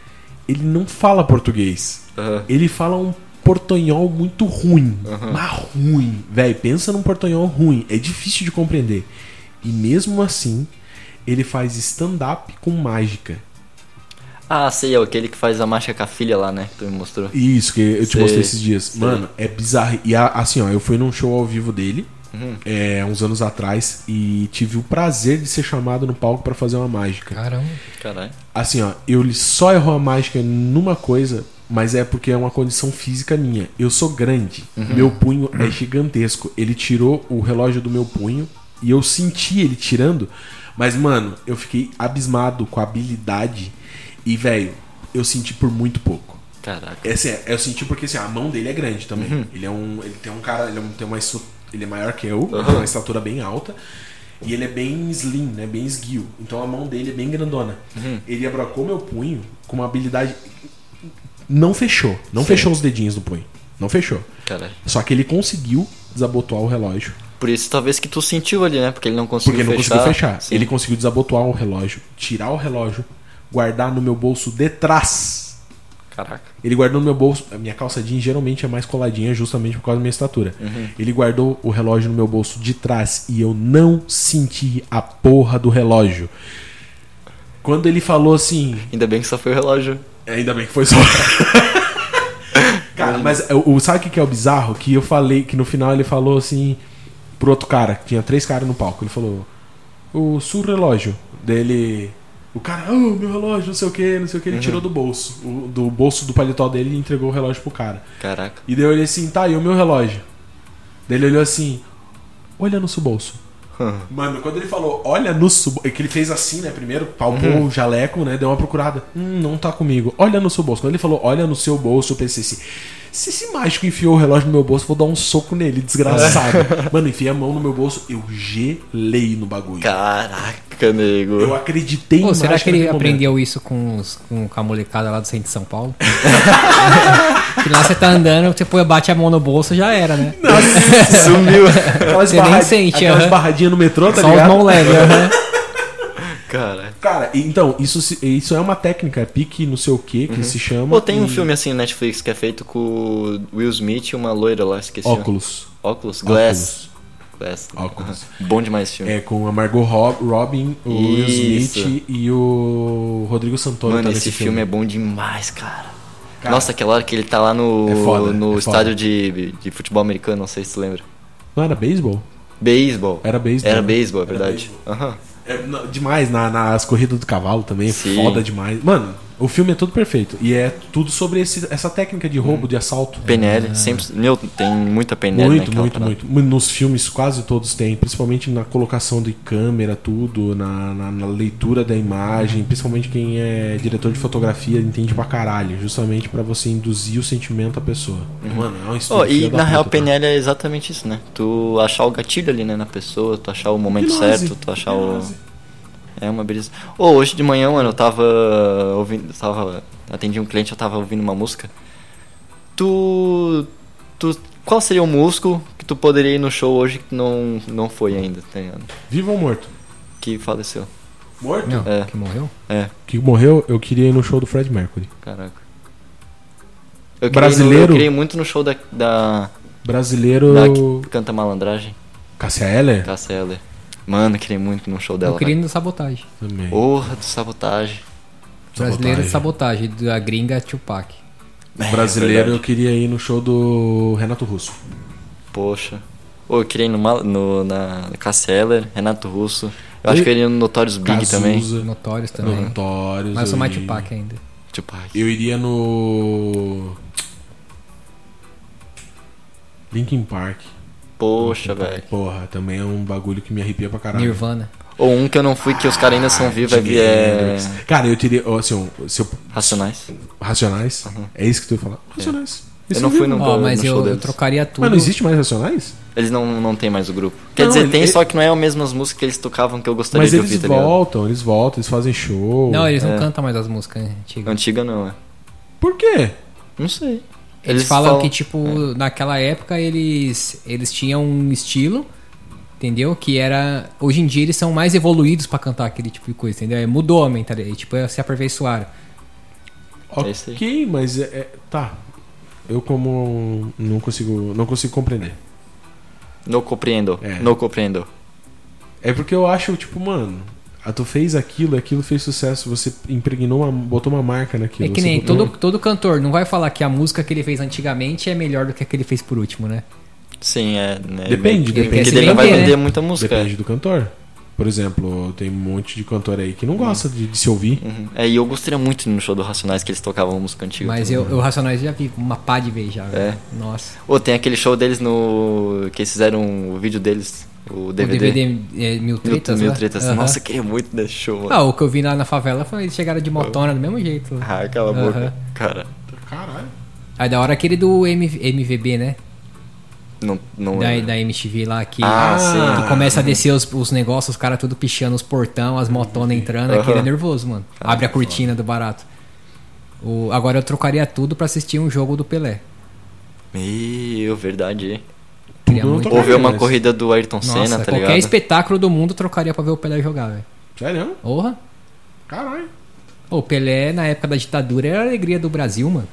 A: ele não fala português.
B: Aham.
A: Ele fala um portonhol muito ruim. Mas ruim. Véi, pensa num portonhol ruim. É difícil de compreender. E mesmo assim, ele faz stand-up com mágica.
B: Ah, sei, é aquele que faz a marcha com a filha lá, né? Que tu me mostrou.
A: Isso, que eu te
B: Sei,
A: mostrei esses dias.
B: sei.
A: Mano, é bizarro. E a- assim, ó, eu fui num show ao vivo dele. é, uns anos atrás e tive o prazer de ser chamado no palco pra fazer uma mágica.
C: Caramba.
B: Caralho.
A: Assim, ó, eu li- só errou a mágica numa coisa, mas é porque é uma condição física minha. Eu sou grande, meu punho é gigantesco. Ele tirou o relógio do meu punho e eu senti ele tirando, mas mano, eu fiquei abismado com a habilidade e velho, eu senti por muito pouco.
B: Caraca.
A: É, assim, é, eu senti porque assim, a mão dele é grande também.
B: Uhum.
A: Ele é um. Ele tem um cara. Ele, é um- tem uma, estu- ele é maior que eu, ele tem uma estatura bem alta. E ele é bem slim, né? Bem esguio. Então a mão dele é bem grandona.
B: Uhum.
A: Ele abracou meu punho com uma habilidade. Não fechou. Não fechou os dedinhos do punho. Não fechou.
B: Caralho.
A: Só que ele conseguiu desabotoar o relógio.
B: Por isso talvez que tu sentiu ali, né? Porque ele não conseguiu
A: Porque ele não
B: fechar.
A: conseguiu fechar.
B: Sim.
A: Ele conseguiu desabotoar o relógio, tirar o relógio, guardar no meu bolso de trás.
B: Caraca.
A: Ele guardou no meu bolso. A minha calça jeans geralmente é mais coladinha justamente por causa da minha estatura. Ele guardou o relógio no meu bolso de trás e eu não senti a porra do relógio. Quando ele falou assim,
B: Ainda bem que só foi o relógio.
A: É, ainda bem que foi só. cara, mas o, o- sabe o que que é o bizarro? Que eu falei que no final ele falou assim pro outro cara, que tinha três caras no palco. Ele falou: O seu relógio dele. O cara, ah, meu relógio, não sei o que, não sei o que, ele tirou do bolso. o- do bolso do paletó dele e entregou o relógio pro cara.
B: Caraca.
A: E daí eu olhei assim, tá, e o meu relógio? Daí ele olhou assim, olha no seu bolso. Mano, quando ele falou, olha no seu bolso, é que ele fez assim, né? Primeiro palpou o jaleco, né? Deu uma procurada. Hum, não tá comigo. Olha no seu bolso. Quando ele falou, olha no seu bolso, eu pensei assim, se esse mágico enfiou o relógio no meu bolso, vou dar um soco nele, desgraçado. <laughs> Mano, enfiei a mão no meu bolso, eu gelei no bagulho.
B: Caraca, nego.
A: Eu acreditei
C: Pô, será
A: mágica
C: que ele
A: naquele momento.
C: aprendeu isso com, os, com, com a molecada lá do centro de São Paulo? <laughs> que lá você tá andando, você põe, bate a mão no bolso já era, né?
B: Sumiu. <laughs>
A: Aquelas,
C: Você nem
A: barra...
C: sente,
A: Aquelas
C: aham.
A: barradinhas no metrô, tá
C: Só os
A: ligado?
C: mão leve, aham.
B: Cara.
A: Cara, e- então, isso, se- isso é uma técnica, é pique não sei o que, que se chama.
B: Pô, tem um
A: e-
B: filme assim no Netflix que é feito com o Will Smith e uma loira lá, esqueci. o-
A: Óculos.
B: Óculos? Glass. Uhum. Glass.
A: Óculos.
B: Bom demais esse filme.
A: É com a Margot Rob- Robin, o Will
B: Isso.
A: Smith e o Rodrigo Santoro.
B: Mano,
A: tá
B: esse
A: nesse
B: filme. é bom demais, cara.
A: Cara.
B: Nossa, aquela hora que ele tá lá no,
A: É foda, é
B: no
A: foda.
B: estádio de, de futebol americano, não sei se tu lembra.
A: Não era beisebol?
B: Beisebol.
A: Era beisebol.
B: é Era
A: né?
B: beisebol, é
A: Era
B: verdade. Aham.
A: É, não, demais, na, nas corridas do cavalo também, é
B: Sim.
A: foda demais. Mano, o filme é tudo perfeito. E é tudo sobre esse- essa técnica de
B: Uhum.
A: roubo, de assalto.
B: PNL, sempre. Meu, tem muita PNL
A: Muito,
B: Né, naquela
A: muito,
B: parada.
A: muito. Nos filmes quase todos têm, principalmente na colocação de câmera, tudo, na, na- na leitura da imagem, principalmente quem é diretor de fotografia entende pra caralho, justamente pra você induzir o sentimento à pessoa. Mano, é um estudo.
B: Ó, Uhum. e
A: filha da
B: na real,
A: puta, cara.
B: PNL é exatamente isso, né? Tu achar o gatilho ali, né, na pessoa, tu achar o momento
A: Hipnose,
B: certo, tu achar o.
A: hipnose.
B: É uma brisa. Ô, hoje de manhã, mano, eu tava ouvindo. Tava, atendi um cliente, eu tava ouvindo uma música. Tu. tu qual seria o músico que tu poderia ir no show hoje que não, não foi ainda, tá ligado?
A: Vivo ou morto?
B: Que faleceu.
A: Morto?
C: Não,
B: É.
C: que morreu?
B: É,
A: Que morreu, eu queria ir no show do Fred Mercury.
B: caraca. Eu queria ir no-
A: Brasileiro?
B: Eu queria ir muito no show da. da,
A: Brasileiro.
B: da que Tá. canta malandragem,
A: Cássia Heller?
B: Cassia Eller. Mano, eu queria ir muito no show dela.
C: eu queria
B: velho.
C: ir no Um sabotagem.
A: Também.
B: Porra do sabotagem.
C: Brasileiro de sabotagem, da gringa Tupac.
B: É,
A: Brasileiro,
B: verdade.
A: eu queria ir no show do Renato Russo.
B: Poxa. Ô, eu queria ir no, Mal- no, na Cassia Eller, Renato Russo. Eu acho
A: E-
B: que eu iria no Notorious Big também.
A: Cazuza,
C: Notórios também.
A: Uhum. Notórios.
C: Mas eu sou mais
A: iria-
C: Tupac ainda.
B: Tupac.
A: Eu iria no. Linkin Park.
B: Poxa, velho.
A: Porra, também é um bagulho que me arrepia pra caralho.
C: Nirvana.
B: Ou um que eu não fui, que os caras ainda são vivos,
A: Jimi
B: é
A: Hendrix. Cara, eu teria. ó, Assim, um- se eu-
B: Racionais.
A: Racionais? É isso que tu ia falar? Racionais. Isso
B: Uhum. Eu não fui
A: vi.
B: no,
C: Ó,
B: no
C: mas
B: show
C: eu, eu
B: deles.
C: trocaria tudo.
A: Mas não existe mais Racionais?
B: Eles não, não tem mais o grupo. Quer
A: Não,
B: dizer,
A: ele-
B: tem,
A: ele-
B: só que não é as mesmas músicas que eles tocavam que eu gostaria
A: Mas
B: de
A: eles
B: ouvir, tá ligado?
A: voltam, eles voltam, eles fazem show.
C: Não, eles não
B: É.
C: cantam mais as músicas antigas.
B: Antiga não, é.
A: Por quê?
B: Não sei.
C: Eles, falam, que, tipo, naquela época eles, eles tinham um estilo, entendeu? Que era. Hoje em dia eles são mais evoluídos pra cantar aquele tipo de coisa, entendeu? É, Mudou a mentalidade, tipo, é, se aperfeiçoaram.
B: É isso aí.
A: Ok, mas é, é- Tá. Eu como. um, Não consigo. Não consigo compreender.
B: Não compreendo.
A: É.
B: Não compreendo.
A: É porque eu acho, tipo, mano. A tu fez aquilo, aquilo fez sucesso, você impregnou uma. botou uma marca naquilo.
C: é que
A: você
C: nem
A: botou-
C: todo, todo cantor não vai falar que a música que ele fez antigamente é melhor do que a que ele fez por último, né?
B: Sim, é. Né,
A: Depende,
B: Porque
A: depende.
B: ele não vai
C: Depende, né?
B: vender muita música. é.
A: Depende do cantor. Por exemplo, tem um monte de cantor aí que não gosta de, de se ouvir.
C: Hum.
B: Uhum. É, e eu gostaria muito de ir no show do Racionais que eles tocavam música antiga.
C: Mas eu, eu Racionais já vi uma pá de vez já. velho. Nossa.
B: Ou tem aquele show deles no. que eles fizeram o vídeo deles, o
C: O
B: DVD.
C: DVD é, Mil
B: Mil,
C: Tretas,
B: mil
C: né?
B: tretas.
C: Aham.
B: Nossa, eu queria muito desse show, mano.
C: Ah, o que eu vi lá na favela foi eles chegaram de motona do mesmo jeito.
B: Ah, cala a
C: Aham.
B: boca. Cara,
A: Caralho.
C: Aí da hora aquele do MV MVB, né?
B: não, não
C: Da,
B: é.
C: da MTV lá que,
B: Ah,
C: que
B: sim.
C: começa a descer os, os negócios, os caras tudo pichando os portão, as motonas entrando, aquele é
B: Aham. Ah,
C: nervoso, mano. Abre a cortina do barato. O- agora eu trocaria tudo pra assistir um jogo do Pelé.
B: Meu, verdade.
C: Queria
A: Não
C: muito.
A: tô
B: Ou ver uma
A: mas-
B: corrida do Ayrton
C: Nossa,
B: Senna, Uhum. tá
C: qualquer
B: ligado?
C: espetáculo do mundo eu trocaria pra ver o Pelé jogar, velho.
A: Sério?
C: Porra!
A: Caralho.
C: O Pelé, na época da ditadura, era a alegria do Brasil, mano.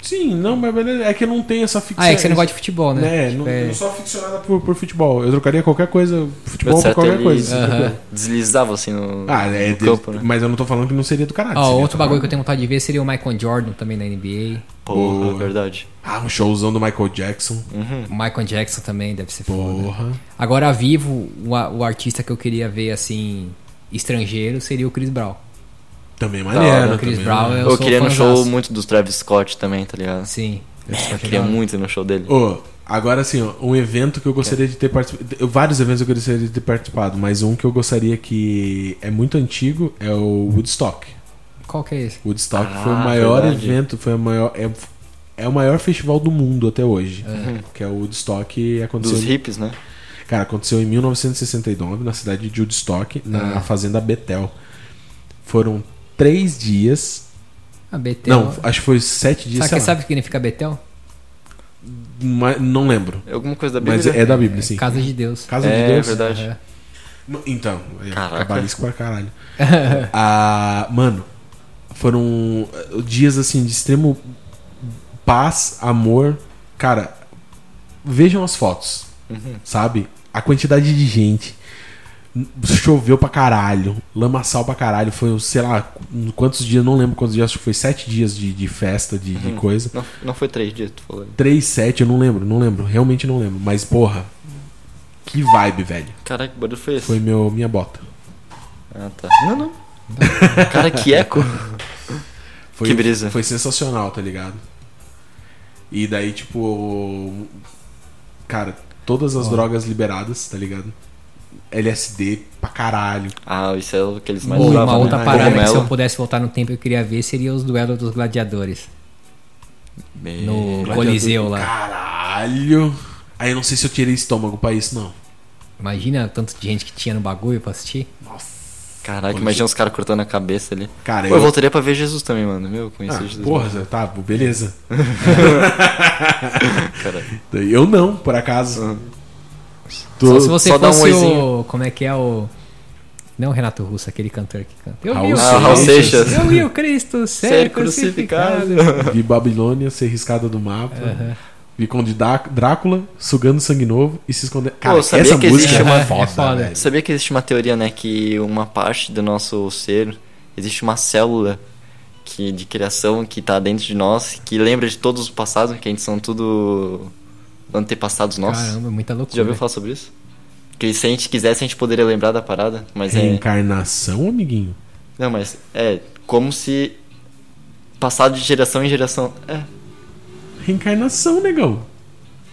A: Sim, não, mas beleza. É que não tem essa ficção.
C: Ah, é que você não gosta de futebol,
A: É,
C: né? Tipo,
A: não,
C: é-
A: não sou aficionado por, por futebol. Eu trocaria qualquer coisa, futebol por
B: Certo,
A: qualquer
B: ele- <laughs>
A: coisa.
C: Aham.
A: tranquilo.
B: Deslizava assim no,
A: Ah, é,
B: no campo, né?
A: mas eu não tô falando que não seria do caralho.
C: Ó,
A: seria do
C: outro bagulho que
A: caralho.
C: eu tenho vontade de ver seria o Michael Jordan também na NBA.
B: Porra,
A: Boa.
B: verdade.
A: Ah, um showzão do Michael Jackson.
B: Hum.
C: O Michael Jackson também deve ser foda.
A: Porra.
C: Agora vivo, o, a- o artista que eu queria ver assim estrangeiro seria o Chris Brown.
A: Também é maneiro.
C: o Chris
A: também
C: Brown
A: maneiro.
C: é
B: Eu,
C: o
B: queria ir no
C: fãzaço.
B: show muito do Travis Scott também, tá ligado?
C: Sim.
B: Eu queria muito ir no show dele.
A: Ô, agora assim, ó, um evento que eu gostaria de ter participado. eu- Vários eventos eu gostaria de ter participado, mas um que eu gostaria que é muito antigo é o Woodstock.
C: Qual que é esse?
A: Woodstock
B: Ah,
A: foi o maior
B: verdade.
A: evento, foi o maior. É, é o maior festival do mundo até hoje. Que é o Woodstock e aconteceu.
B: Dos hips, né?
A: Cara, aconteceu em 1969 na cidade de Woodstock, na
B: Ah.
A: fazenda Betel. Foram três dias.
C: A Betel.
A: não, acho que foi sete dias.
C: sabe,
A: sei
C: Ah, que,
A: lá.
C: sabe o que significa Betel?
A: Ma- Não lembro.
B: Alguma coisa da Bíblia.
A: Mas é da Bíblia, sim.
C: Casa de Deus.
A: Casa
B: É,
A: de Deus.
B: verdade.
C: Aham.
A: No- Então, é
B: Caraca.
A: cabalístico pra caralho. <laughs> ah, mano, foram eh, dias assim de extremo paz, amor. Cara, vejam as fotos, sabe? A quantidade de gente. N- Choveu pra caralho, lamaçal pra caralho. Foi, sei lá, quantos dias, não lembro quantos dias, acho que foi sete dias de, de festa, de, de coisa.
B: Não, não foi três dias, tu falou.
A: 3, 7, eu não lembro, não lembro, realmente não lembro. Mas, porra, que vibe, velho.
B: Caraca, que barulho foi esse?
A: Foi meu, minha bota.
B: Ah, tá. Não, não. <laughs> Cara, que eco.
A: Foi,
B: Que brisa.
A: Foi sensacional, tá ligado? E daí, tipo. Cara, todas as drogas liberadas, tá ligado? LSD pra caralho.
B: Ah, isso é o que eles mais
C: Ou
A: Lava,
C: uma
A: né?
B: usavam,
C: outra
B: né?
C: parada que se eu
B: Cogumelo.
C: pudesse voltar no tempo eu queria ver seria os duelos dos gladiadores no
A: Gladiador
C: Coliseu
A: do
C: lá.
A: Caralho. Aí eu não sei se eu tirei estômago pra isso, não.
C: Imagina o tanto de gente que tinha no bagulho pra assistir.
A: Nossa.
B: Caraca, imagina os caras cortando a cabeça ali.
A: Cara,
B: Pô, eu...
A: eu-
B: voltaria pra ver Jesus também, mano. Meu, conhecer
A: Ah,
B: Jesus.
A: porra, Zé, tá, beleza.
B: <laughs> Cara.
A: Eu não, por acaso.
B: Ah.
C: Só
A: Tô-
C: se você
B: só dá um
C: fosse o.
B: oizinho.
C: Como é que é o. Não o Renato Russo, aquele cantor que canta. Eu
A: Raul
C: vi o
B: Ah, Raul
C: Cristo-
B: Seixas.
C: Eu vi o Cristo ser
B: <laughs> Ser
C: crucificado.
B: crucificado.
A: Vi Babilônia ser riscada do mapa. Vi Conde Dá- Drácula sugando sangue novo e se escondendo. Cara,
B: eu sabia
A: essa
B: que
A: música
B: existe né?
A: é
C: uma-
A: foda,
C: é foda.
A: velho.
B: Sabia que existe uma teoria, né? Que uma parte do nosso ser existe uma célula que, de criação que tá dentro de nós, que lembra de todos os passados, né, que a gente são tudo antepassados nossos.
C: Caramba, muita loucura. né?
B: Já ouviu falar sobre isso? Que se a gente quisesse, a gente poderia lembrar da parada, mas é.
A: Reencarnação, amiguinho?
B: Não, mas é como se passado de geração em geração. É,
A: Reencarnação, negão.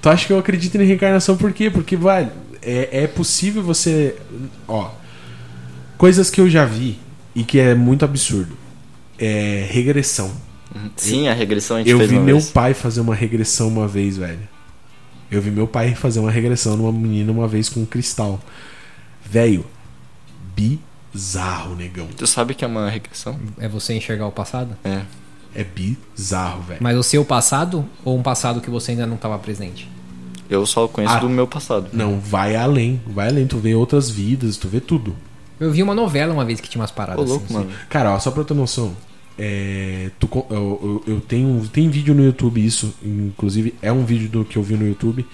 A: Tu acha que eu acredito em reencarnação por quê? Porque, vale, é, é possível você. Ó. Coisas que eu já vi e que é muito absurdo. É regressão.
B: sim, a regressão a gente
A: Eu
B: fez
A: vi
B: uma
A: meu
B: vez.
A: pai fazer uma regressão uma vez, velho. Eu vi meu pai fazer uma regressão numa menina uma vez com um cristal. Velho, bizarro, negão.
B: Tu sabe que é uma regressão?
C: É você enxergar o passado?
B: É.
A: É bizarro, velho.
C: Mas o seu passado ou um passado que você ainda não estava presente?
B: Eu só conheço
A: Ah.
B: do meu passado.
A: Não, vai além. Vai além. Tu vê outras vidas, tu vê tudo.
C: Eu vi uma novela uma vez que tinha umas
A: Ah,
C: paradas
B: Ô,
C: assim,
B: louco,
C: assim.
B: mano.
A: Cara, ó, só pra eu ter noção. é, tu co- eu, eu- eu tenho. Tem vídeo no YouTube isso. Inclusive, é um vídeo do que eu vi no YouTube.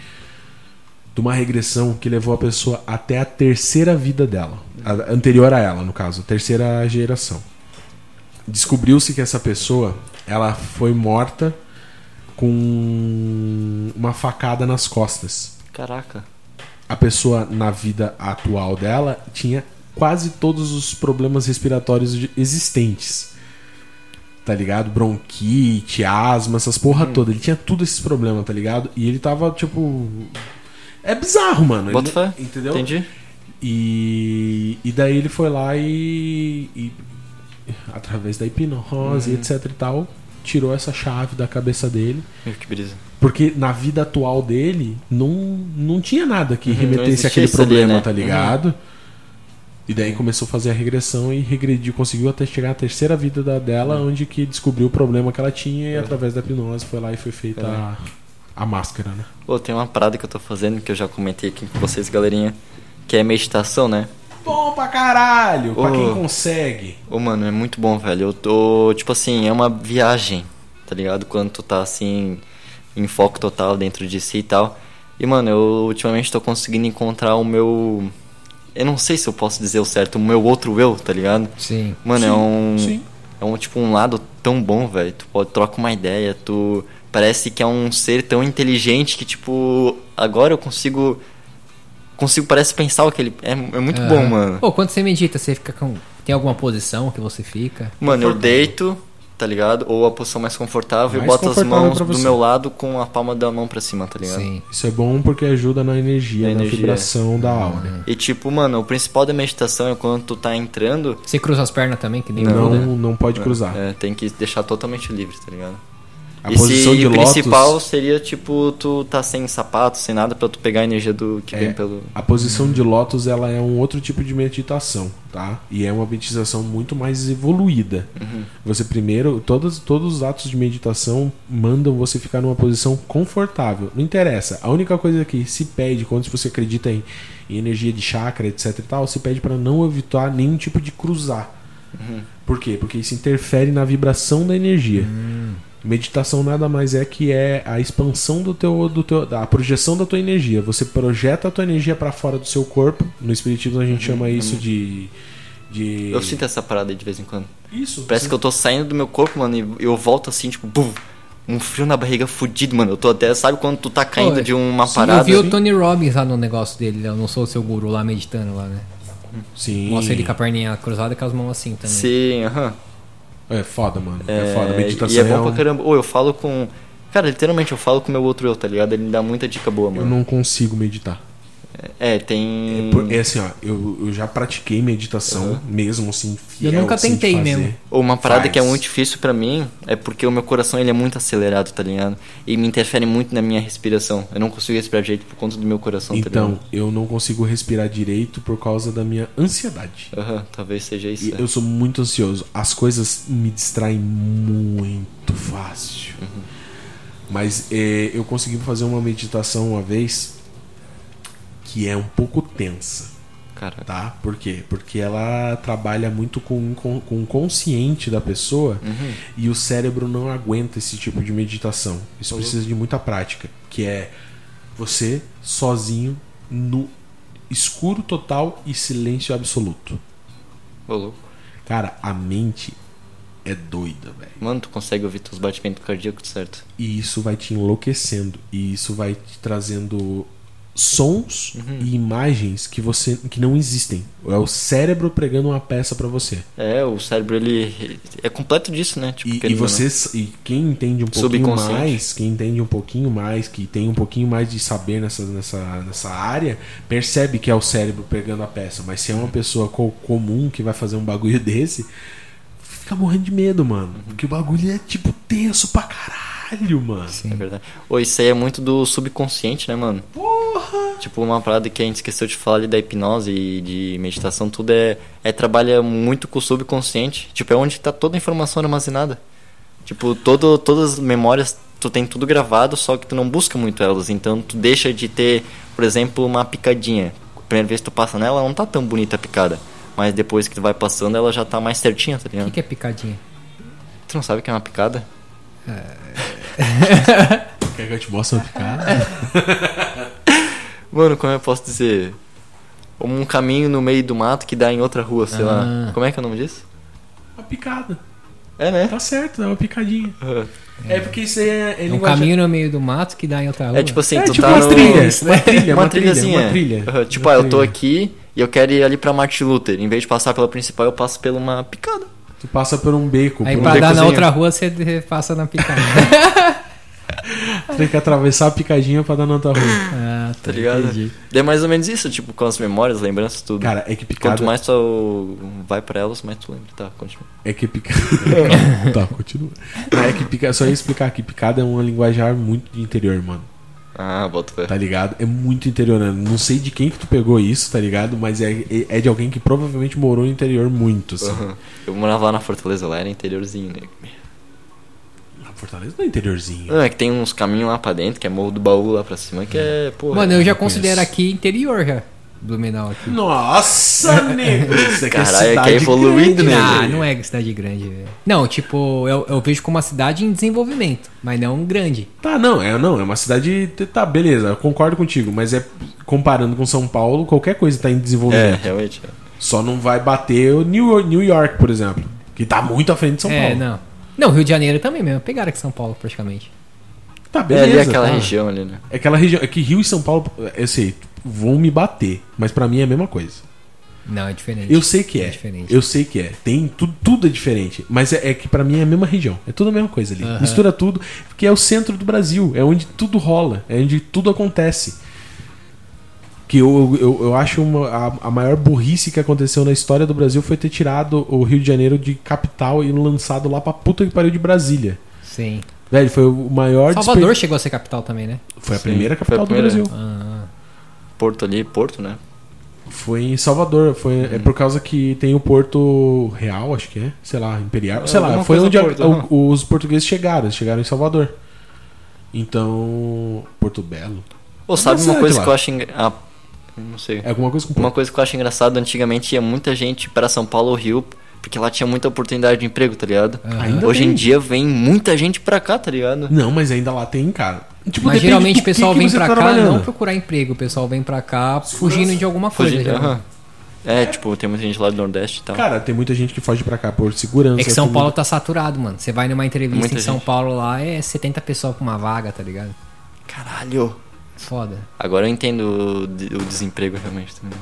A: De uma regressão que levou a pessoa até a terceira vida dela. a- anterior a ela, no caso, a terceira geração. Descobriu-se que essa pessoa ela foi morta com uma facada nas costas.
B: Caraca.
A: A pessoa na vida atual dela tinha quase todos os problemas respiratórios de- existentes. Tá ligado? Bronquite, asma, essas porra
B: Hum.
A: toda. Ele tinha tudo esses problemas, tá ligado? E ele tava, tipo. É bizarro, mano. Ele
B: Bota
A: não-
B: fé.
A: Entendeu?
B: Entendi.
A: E, e daí ele foi lá e, e- através da hipnose,
B: Uhum.
A: etc e tal, tirou essa chave da cabeça dele.
B: Meu, que brisa.
A: Porque na vida atual dele não, não tinha nada que remetesse
B: Uhum, existia
A: àquele
B: isso ali,
A: problema,
B: né?
A: tá ligado? E daí começou a fazer a regressão e regrediu, conseguiu até chegar à terceira vida da dela,
B: Uhum.
A: onde que descobriu o problema que ela tinha e através da hipnose foi lá e foi feita
B: Uhum.
A: a, a máscara, né?
B: Pô, tem uma parada que eu tô fazendo que eu já comentei aqui com vocês, galerinha, que é meditação, né?
A: Bom pra caralho, pra quem
B: Ô.
A: consegue.
B: Ô, mano, é muito bom, velho. Eu tô, tipo assim, é uma viagem, tá ligado? Quando tu tá assim, em foco total dentro de si e tal. E, mano, eu ultimamente tô conseguindo encontrar o meu. Eu não sei se eu posso dizer o certo, o meu outro eu, tá ligado?
C: assim. Sim.
B: Mano, é um.
A: sim.
B: É um tipo um lado tão bom, velho. Tu pode troca uma ideia, tu parece que é um ser tão inteligente que tipo, agora eu consigo consigo parece pensar o que ele é, é muito
C: Aham.
B: bom, mano.
C: Pô, quando você medita, você fica com. Tem alguma posição que você fica?
B: Mano, eu deito, tá ligado? Ou a posição mais confortável,
A: Mais
B: eu boto as
A: confortável
B: mãos
A: pra
B: do
A: você.
B: meu lado com a palma da mão pra cima, tá ligado?
C: Sim.
A: Isso é bom porque ajuda na energia,
B: Na
A: na,
B: energia.
A: vibração da aura.
B: E tipo, mano, o principal da meditação é quando tu tá entrando,
C: Você cruza as pernas também, que nem o né?
A: Não,
B: né?
C: Buda?
A: não, pode cruzar.
B: é, tem que deixar totalmente livre, tá ligado?
A: Tá. A
B: e
A: posição
B: se
A: de
B: o principal
A: lótus,
B: seria tipo tu tá sem sapato, sem nada pra tu pegar a energia do que vem pelo
A: a posição de lótus ela é um outro tipo de meditação, tá? E é uma meditação muito mais evoluída. Você primeiro, todos, todos os atos de meditação mandam você ficar numa posição confortável. Não interessa. A única coisa que se pede quando você acredita em, em energia de chakra, etc e tal, se pede para não evitar nenhum tipo de cruzar. Por quê? Porque isso interfere na vibração da energia.
B: Hum.
A: Meditação nada mais é que é a expansão do teu, do teu, da projeção da tua energia. Você projeta a tua energia para fora do seu corpo. No espiritismo a gente chama isso de de
B: Uhum. Eu sinto essa parada aí de vez em quando.
A: isso.
B: Parece que eu tô saindo do meu corpo, mano, e eu volto assim, tipo, bum, um frio na barriga fudido, mano. Eu tô até, sabe quando tu tá caindo
C: Pô,
B: de uma
C: Sim,
B: parada? assim?
C: eu vi o Tony Robbins lá no negócio dele, eu não sou o seu guru lá meditando lá, né?
A: Sim.
C: Mostra ele com a perninha cruzada e com as mãos assim também.
B: Sim, aham.
A: É foda, mano. É, foda. Meditação
B: E é bom
A: um-
B: pra caramba. Ou eu falo com. Cara, literalmente eu falo com o meu outro eu, tá ligado? Ele me dá muita dica boa,
A: Eu
B: mano.
A: não consigo meditar.
B: É, tem.
A: É, por- é assim, ó, eu, eu já pratiquei meditação, mesmo assim, fiel,
C: Eu nunca
A: assim, de
C: tentei
A: fazer.
C: mesmo.
B: Uma parada
A: Faz.
B: que é muito difícil pra mim é porque o meu coração ele é muito acelerado, tá ligado? E me interfere muito na minha respiração. Eu não consigo respirar direito por conta do meu coração,
A: Então,
B: tá
A: eu não consigo respirar direito por causa da minha ansiedade.
B: ligado? Aham, talvez seja
A: E
B: isso. é.
A: eu sou muito ansioso. As coisas me distraem muito fácil. Mas é, eu consegui fazer uma meditação uma vez que é um pouco tensa,
B: Caraca.
A: tá? Por quê? Porque ela trabalha muito com, o incon- com o consciente da pessoa e o cérebro não aguenta esse tipo de meditação. Isso precisa de muita prática, que é você sozinho no escuro total e silêncio absoluto.
B: Ô, louco.
A: Cara, a mente é doida, velho.
B: Mano, tu consegue ouvir teus batimentos cardíacos, certo?
A: E isso vai te enlouquecendo. E isso vai te trazendo sons e imagens que você que não existem. É o cérebro pregando uma peça pra você.
B: É, o cérebro ele é completo disso, né? Tipo,
A: E, e
B: querendo ou não.
A: você e quem entende um pouquinho
B: Subconsciente.
A: mais, quem entende um pouquinho mais, que tem um pouquinho mais de saber nessa, nessa, nessa área, percebe que é o cérebro pegando a peça. Mas se é uma pessoa co- comum que vai fazer um bagulho <laughs> desse, fica morrendo de medo, mano.
B: Uhum.
A: Porque o bagulho é tipo tenso pra caralho, mano.
B: É verdade. Ô, isso aí é muito do subconsciente, né, mano? Porra! Tipo, uma parada que a gente esqueceu de falar ali da hipnose e de meditação, tudo é, é trabalha muito com o subconsciente. Tipo, é onde tá toda a informação armazenada. Tipo, todo, todas as memórias, tu tem tudo gravado, só que tu não busca muito elas. Então, tu deixa de ter, por exemplo, uma picadinha. A primeira vez que tu passa nela, ela não tá tão bonita a picada. Mas depois que tu vai passando, ela já tá mais certinha, tá
C: O
B: ligado?
C: que, que é picadinha?
B: Tu não sabe o que é uma picada?
A: Quer que eu te mostre onde
B: <laughs> É.
A: ficar?
B: Mano, como eu posso dizer? Um caminho no meio do mato que dá em outra rua, sei lá.
C: Ah.
B: Como é que é o nome disso?
A: Uma picada.
B: É, né?
A: Tá certo, é uma picadinha. É, porque isso aí é. é
C: Um
A: linguagem-
C: caminho no meio do mato que dá em outra rua.
B: É tipo assim,
A: É
B: tu
A: tipo
B: tá
A: uma
B: no...
A: trilha,
B: <laughs>
A: uma trilha,
B: uma
A: uma trilha,
B: trilhazinha.
A: uma trilha.
B: Aham, Tipo,
A: Uma
B: ah, eu tô
A: trilha.
B: aqui e eu quero ir ali pra Martin Luther. Em vez de passar pela principal, eu passo pela uma picada. tá
A: Tu passa por um beco,
C: Aí
A: por um
C: pra
A: beco.
C: dar na
B: becozinho.
C: outra rua você passa na picadinha. <laughs>
A: Tem que atravessar a picadinha pra dar na outra rua.
C: ah,
B: Tá
C: tá,
B: ligado?
C: entendi.
B: E É mais ou menos isso, tipo, com as memórias, lembranças, tudo.
A: Cara, é que picada.
B: Quanto mais tu vai pra elas, mais tu lembra. Tá, continua.
A: É que picada. <laughs> tá, continua. Não, é que pica... Só ia explicar aqui, picada é uma linguajar muito de interior, mano.
B: Ah, bota fé.
A: Tá ligado? É muito interiorano. Não sei de quem que tu pegou isso, tá ligado? Mas é, é- é de alguém que provavelmente morou no interior muito, assim.
B: Aham. Eu morava lá na Fortaleza, lá era interiorzinho, né?
A: Na Fortaleza não é interiorzinho.
B: Não, é que tem uns caminhos lá pra dentro, que é Morro do Baú lá pra cima, que é, porra.
C: Mano, eu já
A: eu conheço.
C: considero aqui interior já. Blumenau
B: <laughs>
C: aqui.
A: Nossa, nego! Isso aqui
B: Caralho, é que é
A: cidade grande,
B: evoluído, né,
C: Ah,
B: velho?
C: não é cidade grande, velho. Não, tipo, eu, eu vejo como uma cidade em desenvolvimento, mas não grande.
A: Tá, não, é, não, é uma cidade. Tá, beleza, eu concordo contigo, mas é comparando com São Paulo, qualquer coisa tá em
B: É,
A: desenvolvimento.
B: realmente. é.
A: Só não vai bater o New York, New York, por exemplo, que tá muito à frente de São
C: é,
A: Paulo.
C: não. Não, Rio de Janeiro também mesmo. Pegaram aqui São Paulo, praticamente.
A: Tá,
B: É ali
A: beleza.
B: aquela
A: tá.
B: região ali, né?
A: É aquela região. É que Rio e São Paulo, eu sei, vão me bater, mas pra mim é a mesma coisa.
C: Não, é diferente.
A: Eu sei que é.
C: diferente.
A: Eu sei que é. Tem tudo, tudo é diferente. Mas é, é que pra mim é a mesma região. É tudo a mesma coisa ali. Mistura tudo, porque é o centro do Brasil. É onde tudo rola. É onde tudo acontece. Que eu, eu, eu acho uma, a, a maior burrice que aconteceu na história do Brasil foi ter tirado o Rio de Janeiro de capital e lançado lá pra puta que pariu de Brasília.
C: Sim.
A: Velho, foi o maior
C: Salvador
A: desper- Tipo,
C: chegou a ser capital também, né?
A: Foi a
B: Sim,
A: primeira
B: foi a
A: capital
B: primeira.
A: do Brasil.
C: Ah,
B: Porto ali, Porto, né?
A: Foi em Salvador, foi é
C: Uhum.
A: por causa que tem o Porto Real, acho que é, sei lá, Imperial,
B: É,
A: sei lá,
B: alguma
A: foi
B: coisa
A: onde
B: do
A: a-
B: Porto,
A: o-
B: aham.
A: os portugueses chegaram, eles chegaram em Salvador. Então, Porto Belo,
B: Ou sabe
A: Mas
B: uma
A: é
B: coisa
A: de
B: que eu
A: lá.
B: acho engra... Ah, não sei.
A: é alguma coisa com
B: Uma
A: Porto.
B: coisa que eu acho engraçado, antigamente ia muita gente pra São Paulo ou Rio, porque lá tinha muita oportunidade de emprego, tá ligado?
A: Ainda
B: Hoje em
A: tem.
B: dia vem muita gente pra cá, tá ligado?
A: Não, mas ainda lá tem, cara. Tipo,
C: Mas
A: depende
C: geralmente
A: do
C: o pessoal
A: que que
C: vem
A: você
C: pra
A: tá
C: cá
A: trabalhando.
C: não procurar emprego, o pessoal vem pra cá fugindo de alguma coisa. né?
B: Fugindo,
C: geralmente.
B: aham. É, tipo, tem muita gente lá do Nordeste e tal.
A: Cara, tem muita gente que foge pra cá por segurança.
C: É que São
A: tudo.
C: Paulo tá saturado, mano. Você vai numa entrevista
B: Muita
C: em São
B: gente.
C: Paulo lá, é 70 pessoas pra uma vaga, tá ligado?
B: Caralho!
C: Foda.
B: Agora eu entendo o, de- o desemprego realmente também.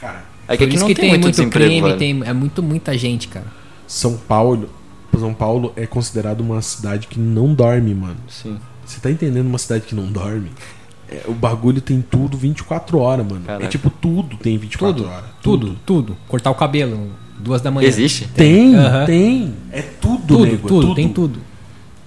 A: Cara,
B: É que
C: Por
B: aqui
C: isso
B: não
C: que
B: tem, muito desemprego,
C: crime,
B: velho.
C: tem, é muito muita gente, cara.
A: São Paulo, São Paulo é considerado uma cidade que não dorme, mano.
B: Sim.
A: Você tá entendendo uma cidade que não dorme? é, o bagulho tem tudo 24 horas, mano.
B: Caraca.
A: É tipo, tudo tem 24
C: Tudo,
A: horas.
C: tudo, tudo. Cortar o cabelo, duas da manhã.
B: Existe?
A: Tem,
C: Aham.
A: tem. É tudo,
C: Tudo,
A: nego, é
C: tudo, tem tudo.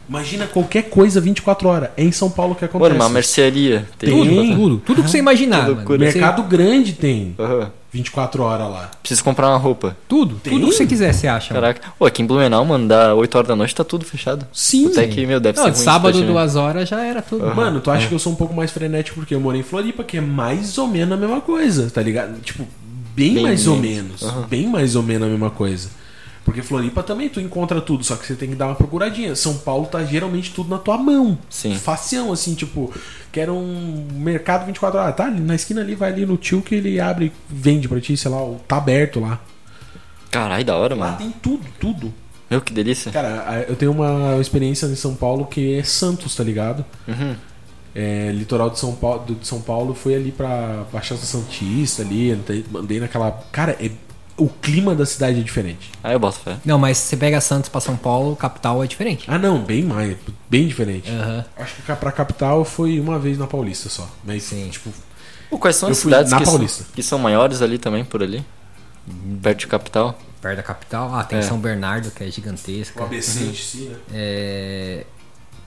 A: Imagina qualquer coisa 24 horas. É em São Paulo que acontece.
B: Mano, uma mercearia.
A: Tem.
C: Tudo, tudo. Tudo que você imaginar,
B: Que
C: mano.
A: O
B: loucura.
C: Você-
A: mercado grande tem
B: Aham.
A: 24 horas lá.
B: Preciso comprar uma roupa.
C: Tudo, tudo que você quiser, você acha. mano.
B: Então. Caraca. Pô, aqui em Blumenau, mano, dá 8 horas da noite, tá tudo fechado.
A: Sim.
B: Até que, meu, deve
C: Não,
B: ser ruim isso pra
C: sábado,
B: ti, né?
C: duas horas, já era tudo.
A: Mano, tu
B: é.
A: acha que eu sou um pouco mais frenético porque eu moro em Floripa, que é mais ou menos a mesma coisa, tá ligado? Tipo, bem,
B: Bem
A: mais ou
B: menos.
A: menos. Bem mais ou menos a mesma coisa. Porque Floripa também tu encontra tudo, só que você tem que dar uma procuradinha. São Paulo tá geralmente tudo na tua mão.
B: Sim.
A: Facião, assim, tipo, quero um mercado 24 horas. Tá ali na esquina ali, vai ali no tio que ele abre, e vende pra ti, sei lá, ou tá aberto lá.
B: Caralho, da hora,
A: Lá
B: mano.
A: tem tudo, tudo.
B: Meu, que delícia.
A: Cara, a- eu tenho uma experiência em São Paulo que é Santos, tá ligado? É, litoral de São Paulo, do- de São Paulo, fui ali pra Baixada Santista ali, andei- mandei naquela. Cara, é- o clima da cidade é diferente.
B: Aí eu boto fé.
C: Não, mas você pega Santos pra São Paulo, capital é diferente.
A: Ah, não, bem mais, bem diferente.
C: Aham.
A: Acho que pra capital foi uma vez na Paulista só. Mas,
C: Sim.
A: tipo,
B: Pô, quais são
A: Eu
B: as
A: fui
B: cidades
A: na
B: que, são-
A: Paulista.
B: que são maiores ali também, por ali? Perto de capital?
C: Perto da capital, ah, tem
B: É.
C: São Bernardo, que é gigantesca.
A: ABC em si, né?
C: É,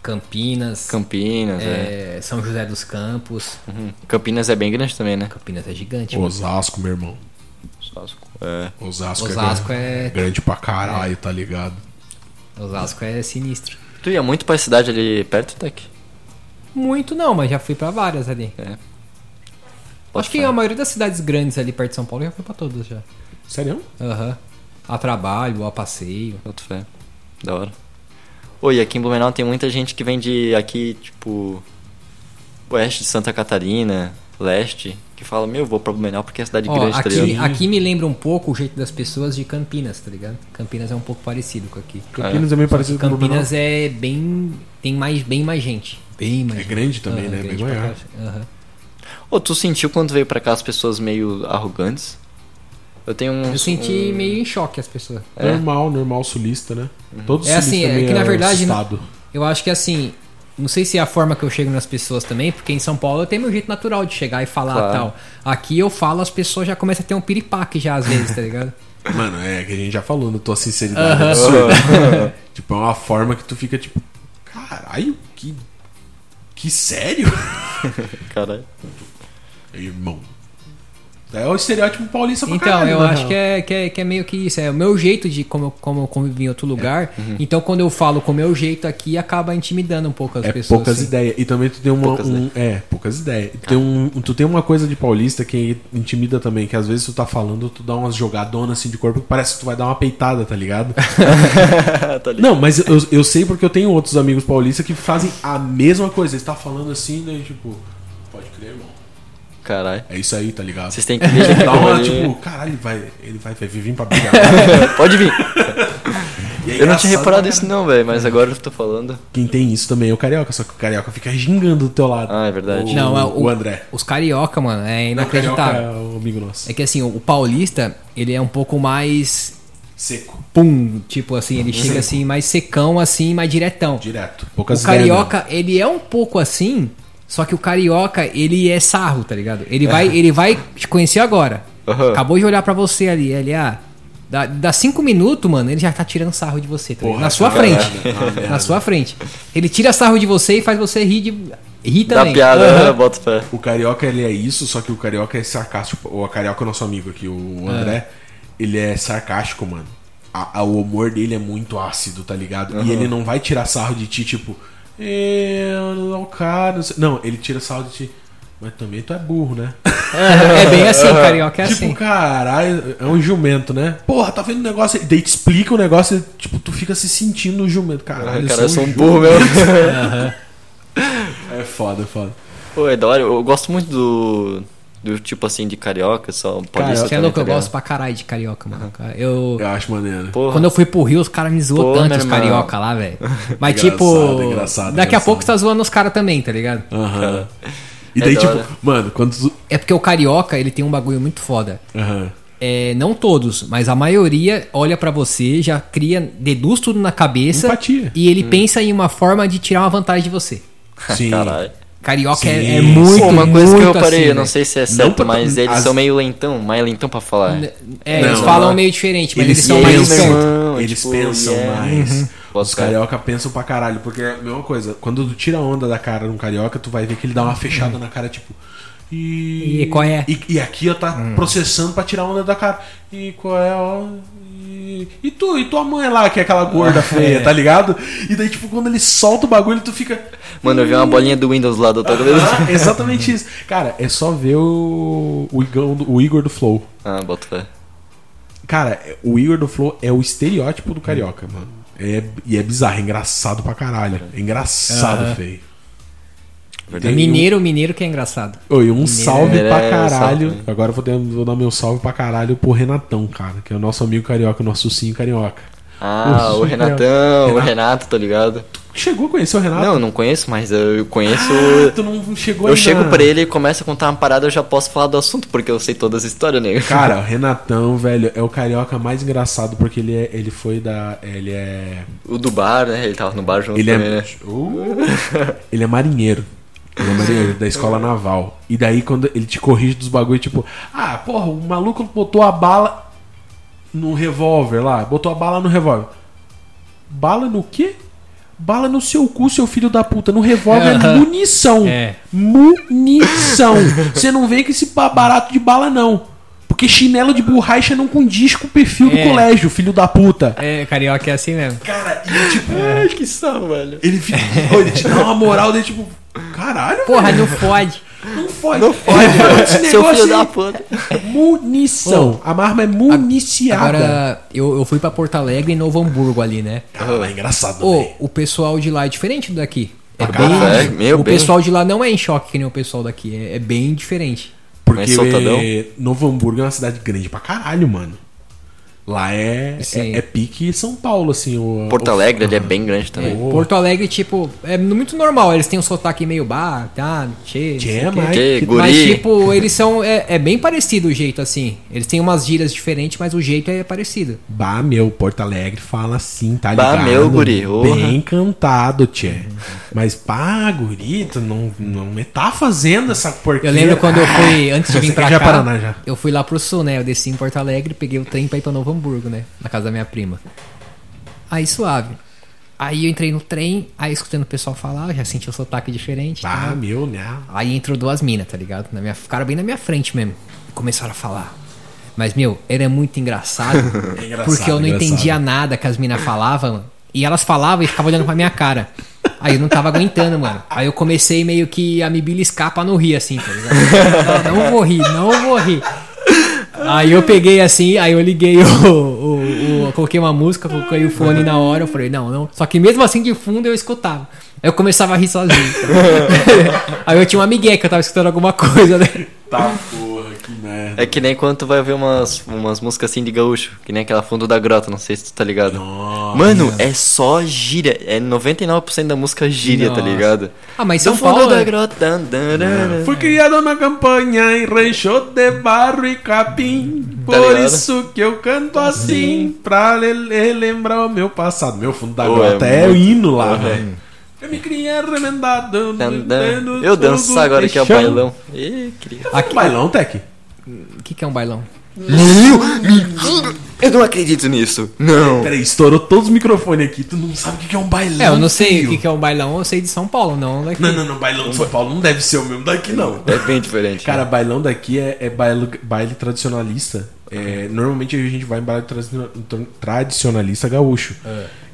C: Campinas,
B: Campinas, é.
C: é, São José dos Campos.
B: Uhum. Campinas é bem grande também, né?
C: Campinas é gigante. mano.
A: Osasco, meu irmão.
B: Osasco. É.
A: Osasco,
C: Osasco
A: grande,
C: é-
A: grande pra caralho, tá ligado?
C: Osasco é sinistro.
B: Tu ia muito pra cidade ali perto, Tec?
C: Muito não, mas já fui pra várias ali.
B: É.
C: Acho que a maioria das cidades grandes ali perto de São Paulo eu já fui pra todas já.
A: Sério?
C: Aham. A trabalho, a passeio.
B: Boto fé. Da hora. Oi, aqui em Blumenau tem muita gente que vem de aqui, tipo. Oeste de Santa Catarina, leste, que fala, meu, vou pra Blumenau porque é cidade
C: Ó,
B: grande, tá
C: aqui,
B: ligado?
C: aqui me lembra um pouco o jeito das pessoas de Campinas, tá ligado? Campinas é um pouco parecido com aqui.
A: Campinas é meio parecido com
C: Campinas é bem. tem mais, bem mais gente. Bem mais
A: É
C: gente.
A: grande também,
C: Aham,
A: né? Bem
C: grande pra
A: maior.
C: caralho. Aham.
B: Ô, tu sentiu quando veio pra cá as pessoas meio arrogantes? Eu tenho um.
C: Eu senti meio em choque as pessoas.
B: É.
A: Normal, normal sulista, né? Todos
C: É assim,
A: sulistas
C: é
A: meio
C: que na verdade. não-
A: assustado.
C: Eu acho que assim. Não sei se é a forma que eu chego nas pessoas também, porque em São Paulo eu tenho meu jeito natural de chegar e falar
B: Claro.
C: tal. Aqui eu falo, as pessoas já começam a ter um piripaque já às vezes,
A: <laughs>
C: tá ligado?
A: Mano, é que a gente já falou na tua sinceridade
C: Aham.
A: absurda. <laughs> tipo, é uma forma que tu fica tipo, caralho, que. Que sério? <laughs>
B: Caralho.
A: Irmão. É o estereótipo paulista pra
C: Então,
A: caralho, né?
C: eu
A: na
C: acho
A: real.
C: que é, que, é, que é meio que isso. É o meu jeito de como, eu- como eu convivi em outro lugar.
A: É. Uhum.
C: Então, quando eu falo com o meu jeito aqui, acaba intimidando um pouco as
A: É
C: pessoas.
A: poucas
C: assim.
A: ideias. E também tu tem uma.
B: Poucas né? Ah.
A: um- é, poucas ideias. E Tu, tem um, tu tem uma coisa de paulista que intimida também, que às vezes tu tá falando, tu dá umas jogadonas assim de corpo que parece que tu vai dar uma peitada, tá ligado?
B: <laughs> tá ligado?
A: Não, mas eu, eu sei porque eu tenho outros amigos paulistas que fazem a mesma coisa. Eles tá falando assim, daí tipo, pode crer, irmão.
B: Caralho.
A: É isso aí, tá ligado?
B: Vocês
C: <laughs>
B: têm que ver aquilo
A: Dá uma,
B: ali.
A: tipo, caralho, vai, ele vai, vai vir pra brigar.
B: <laughs> Pode vir.
A: E é
B: Eu não
A: engraçado,
B: tinha reparado
A: cara.
B: isso não, velho, mas agora eu tô falando.
A: Quem tem isso também é o carioca, só que o carioca fica gingando do teu lado.
B: Ah, é verdade.
A: O,
C: Não, é
A: o,
C: o-
A: André.
C: Os carioca, mano, é
A: Não, o carioca
C: inacreditável.
A: é o amigo nosso.
C: É que assim, o o paulista, ele é um pouco mais.
A: Seco,
C: Pum! Tipo assim,
A: Uhum.
C: ele chega assim, mais secão, assim, mais diretão.
A: direto. Poucas
C: O
A: ideias,
C: carioca, ele é um pouco assim, só que o carioca, ele é sarro, tá ligado? Ele vai, ele vai te conhecer agora.
B: Aham.
C: Acabou de olhar pra você ali, ele ah, dá, dá cinco minutos, mano, ele já tá tirando sarro de você, tá ligado?
A: Porra,
C: na sua
A: tá
C: frente.
A: merda, tá merda.
C: na sua frente. Ele tira sarro de você e faz você rir de rir
B: Da
C: também.
B: piada,
C: Aham.
B: eu boto fé.
A: O carioca, ele é isso, só que o carioca é sarcástico. O carioca é nosso amigo aqui, o André. Ele é sarcástico, mano. A- a- o humor dele é muito ácido, tá ligado? E ele não vai tirar sarro de ti, tipo. "É, Eu não, cara. Não, sei." Não, ele tira sarro de ti. Mas também tu é burro, né?
C: É bem assim, carioca, é
A: tipo,
C: assim.
A: caralho, é um jumento, né? Porra, tá vendo o negócio. E daí te explica o negócio e, tipo, tu fica se sentindo um jumento. Caralho,
B: Cara, eu sou um
A: jumento.
B: burro mesmo.
A: É foda, é foda.
B: Pô, é da hora. Eu gosto muito do. Do tipo assim, de carioca, só paulista.
C: Você é
B: também,
C: louco, eu
B: tá ligado?
C: gosto pra caralho de carioca, mano. Eu,
A: Eu acho maneiro.
B: Porra.
C: Quando eu fui pro Rio, os caras me zoou
B: Pô,
C: tanto,
B: meu
C: os
B: irmão.
C: carioca lá, velho. Mas
A: Engraçado,
C: tipo,
A: engraçado,
C: daqui a
A: engraçado.
C: pouco você tá zoando os caras também, tá ligado?
A: Aham. E
B: É
A: daí,
B: da
A: tipo,
B: hora.
A: mano, quando tu.
C: É porque o carioca, ele tem um bagulho muito foda.
B: <laughs>
A: Aham.
C: É, não todos, mas a maioria olha pra você, já cria, deduz tudo na cabeça
A: Empatia.
C: Hum. e ele pensa em uma forma de tirar uma vantagem de você.
A: Sim.
B: Caralho.
C: Carioca
A: Sim.
C: é, é muito,
B: Pô, uma coisa que eu
C: muito
B: parei,
C: assim,
B: eu não
C: né?
B: sei se é
A: Não
B: certo,
A: pra-
B: mas eles
A: as-
B: são meio lentão, mais lentão pra falar.
C: É,
A: Não,
C: eles
A: não,
C: falam
A: não.
C: meio diferente, mas eles,
B: Eles
C: são mais
B: pensam,
C: espertos.
B: irmão,
A: Eles
B: tipo,
A: pensam
B: yeah.
A: mais.
C: Uhum.
B: Pode
A: Os
B: crer.
A: carioca pensam pra caralho, porque é a mesma coisa. Quando tu tira a onda da cara de um carioca, tu vai ver que ele dá uma fechada na cara, tipo. E,
C: Uhum. E qual é? Uhum.
A: E, e aqui ó, tá processando pra tirar a onda da cara. E qual é, ó? E, e tu, e tua mãe lá, que é aquela
C: <laughs>
A: gorda feia, tá ligado? E daí, tipo, quando ele solta o bagulho, tu fica.
B: Mano, eu vi uma bolinha do Windows lá do outro
A: <laughs> "Ah,
B: <laughs>
A: exatamente isso. Cara, é só ver o, o, Igão do- o Igor do Flow.
B: Ah, bota fé.
A: Cara, o Igor do Flow é o estereótipo do carioca, mano. É, e é bizarro, é engraçado pra caralho. É engraçado,
C: Aham.
A: feio.
C: É
B: Verdade.
C: mineiro, mineiro que é engraçado.
A: Oi, um salve
B: é,
A: pra
B: é,
A: caralho.
B: salve.
A: Agora eu vou, ter- vou dar meu salve pra caralho pro Renatão, cara, que é o nosso amigo carioca, o nosso ursinho carioca.
B: Ah,
A: Nossa,
B: o Renatão, o Renato, tá ligado?
A: Chegou a conhecer o Renato?
B: Não, eu não conheço, mas
A: <laughs>
B: eu conheço.
A: tu não chegou
B: Eu
A: ainda.
B: chego pra ele e começo a contar uma parada, eu já posso falar do assunto, porque eu sei todas as histórias, né? nego.
A: Cara, o Renatão, velho, é o carioca mais engraçado porque ele é, ele foi da, ele é,
B: <laughs> O do bar, né? Ele tava no bar junto
A: ele
B: também,
A: é,
B: né?
A: Uh! ele é marinheiro. Ele é marinheiro da escola naval. E daí quando ele te corrige dos bagulho, tipo, ah, porra, o maluco botou a bala no revólver lá, botou a bala no revólver. Bala no quê? Bala no seu cu, seu filho da puta. No revólver é
C: <laughs> Aham.
A: munição.
C: É.
A: Munição. Você não vem com esse ba- barato de bala, não. Porque chinelo de borracha não condiz com o perfil do
C: É.
A: colégio, filho da puta.
C: É, carioca é assim mesmo.
A: Cara, e tipo,
B: Ai, que sal, velho.
A: ele, fica, Ô, ele te dá uma moral dele, tipo, caralho,
C: Porra,
B: <laughs>
C: não fode.
A: não fode.
B: Não fode,
A: Fala desse
B: velho. <laughs> Seu
A: negócio
B: filho da
A: aí. É
B: puta.
A: Munição. A arma é municiada.
C: Agora, eu, eu fui pra Porto Alegre e Novo Hamburgo ali, né?
A: Caralho, é engraçado,
C: Ô,
A: velho.
C: o pessoal de lá é diferente do daqui. É
A: caralho,
B: é, meu
C: o
B: bem.
C: pessoal de lá não é em choque que nem o pessoal daqui. É, é bem diferente.
A: Porque
B: Mas é soltadão.
A: eh, Novo Hamburgo é uma cidade grande pra caralho, mano. Lá é,
C: Sim.
A: é, é pique São Paulo, assim. O,
B: Porto
A: o-
B: Alegre, ele é bem grande também.
A: Ô.
C: Porto Alegre, tipo, é muito normal. Eles têm um sotaque meio bar, tá? Tchê,
A: Tchê,
C: não sei o quê.
A: mas-
B: Que
A: Mas,
B: guri.
C: Mas, tipo, eles são. É, é bem parecido o jeito, assim. Eles têm umas gírias diferentes, mas o jeito é parecido.
A: Bah, meu, Porto Alegre fala assim, tá
B: Bah,
A: ligado?
B: meu, guri, orra.
A: Bem encantado, tchê. Mas, pá, guri, tu não, não tá fazendo essa porcaria.
C: Eu lembro quando
A: <laughs>
C: eu fui, antes de
A: Essa
C: vir
A: aqui
C: pra
A: já é
C: cá,
A: Paraná, já.
C: eu fui lá pro sul, né? Eu desci em Porto Alegre, peguei o trem pra ir pra Novo Hamburgo, né? Na casa da minha prima. Aí suave. Aí eu entrei no trem, aí escutando o pessoal falar, eu já senti o sotaque diferente.
A: Bah,
C: tá?
A: meu, né?
C: Aí entrou duas minas, tá ligado? Na minha, ficaram bem na minha frente mesmo. E começaram a falar. Mas, meu, era muito engraçado.
A: <laughs> É engraçado,
C: porque eu não
A: engraçado.
C: entendia nada que as minas falavam. E elas falavam e ficavam olhando pra minha cara. Aí eu não tava aguentando, mano. Aí eu comecei meio que a me beliscar pra não rir, assim, tá ligado? Não, não vou rir, não vou rir. Aí eu peguei assim, aí eu liguei o. o- o- eu coloquei uma música, coloquei o fone na hora, eu falei, não, não. Só que mesmo assim de fundo eu escutava. Aí eu começava a
A: <laughs>
C: rir sozinho. aí eu tinha uma amiguinha que eu tava escutando alguma coisa, né?
A: Tá porra, que merda.
B: É que nem quando tu vai ver umas, umas músicas assim de gaúcho, que nem aquela fundo da grota, não sei se tu tá ligado. Mano, é só gíria, é 99% da música gíria, tá
C: Nossa.
B: ligado?
C: Ah, mas
B: Do
C: São
B: fundo
C: Paulo.
B: da
C: é-
B: grota. dan, dan, dan,
A: Fui criado na campanha em rancho de barro e capim.
B: Tá
A: por
B: ligado?
A: isso que eu canto assim, pra le- relembrar o meu passado. Meu fundo da
B: Pô,
A: grota é,
B: é
A: o
B: muito-
A: hino lá, velho. Eu me criei remendado. no
B: dan, dan.
A: dedo
B: Eu danço
A: todo
B: agora que é o
A: chão.
B: bailão. Ih, queria.
A: Aqui... Bailão, Tec?
C: O que, que é um bailão?
B: Eu não acredito nisso. Não.
A: Peraí, estourou todos os microfones aqui. Tu não sabe o que que é um bailão.
C: É, eu não sei
A: filho.
C: o que, que é um bailão, eu sei de São Paulo, não né? daqui.
A: Não, não, não. Bailão de São Paulo não deve ser o mesmo daqui, não.
B: É bem diferente.
A: Cara, bailão daqui é, é bailo- baile, tradicionalista. É, normalmente a gente vai em baile tradiciona- tra- tradicionalista gaúcho.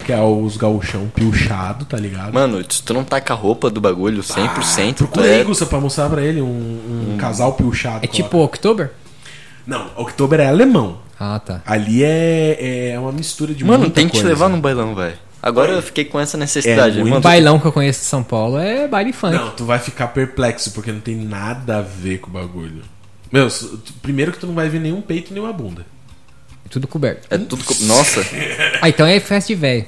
A: Que é os gaúchão piochado, tá ligado?
B: Mano, se tu não tá com a roupa do bagulho 100%, tu
A: Procurei,
B: é...
A: Gusta, pra mostrar pra ele um, um casal piochado.
C: É tipo October?
A: Não, Oktober é alemão.
C: Ah, tá.
A: Ali é, é uma mistura de
B: Mano,
A: muita
B: tem que te
A: coisa.
B: levar num bailão, velho. Agora eu fiquei com essa necessidade,
A: muito-
B: mano.
C: Um Bailão que eu conheço de São Paulo é baile funk.
A: Não, tu vai ficar perplexo, porque não tem nada a ver com o bagulho. Meu, s- tu- primeiro que tu não vai ver nenhum peito, nenhuma bunda.
C: Tudo coberto.
B: É tudo... co- Nossa.
C: Ah, então é festa de velho.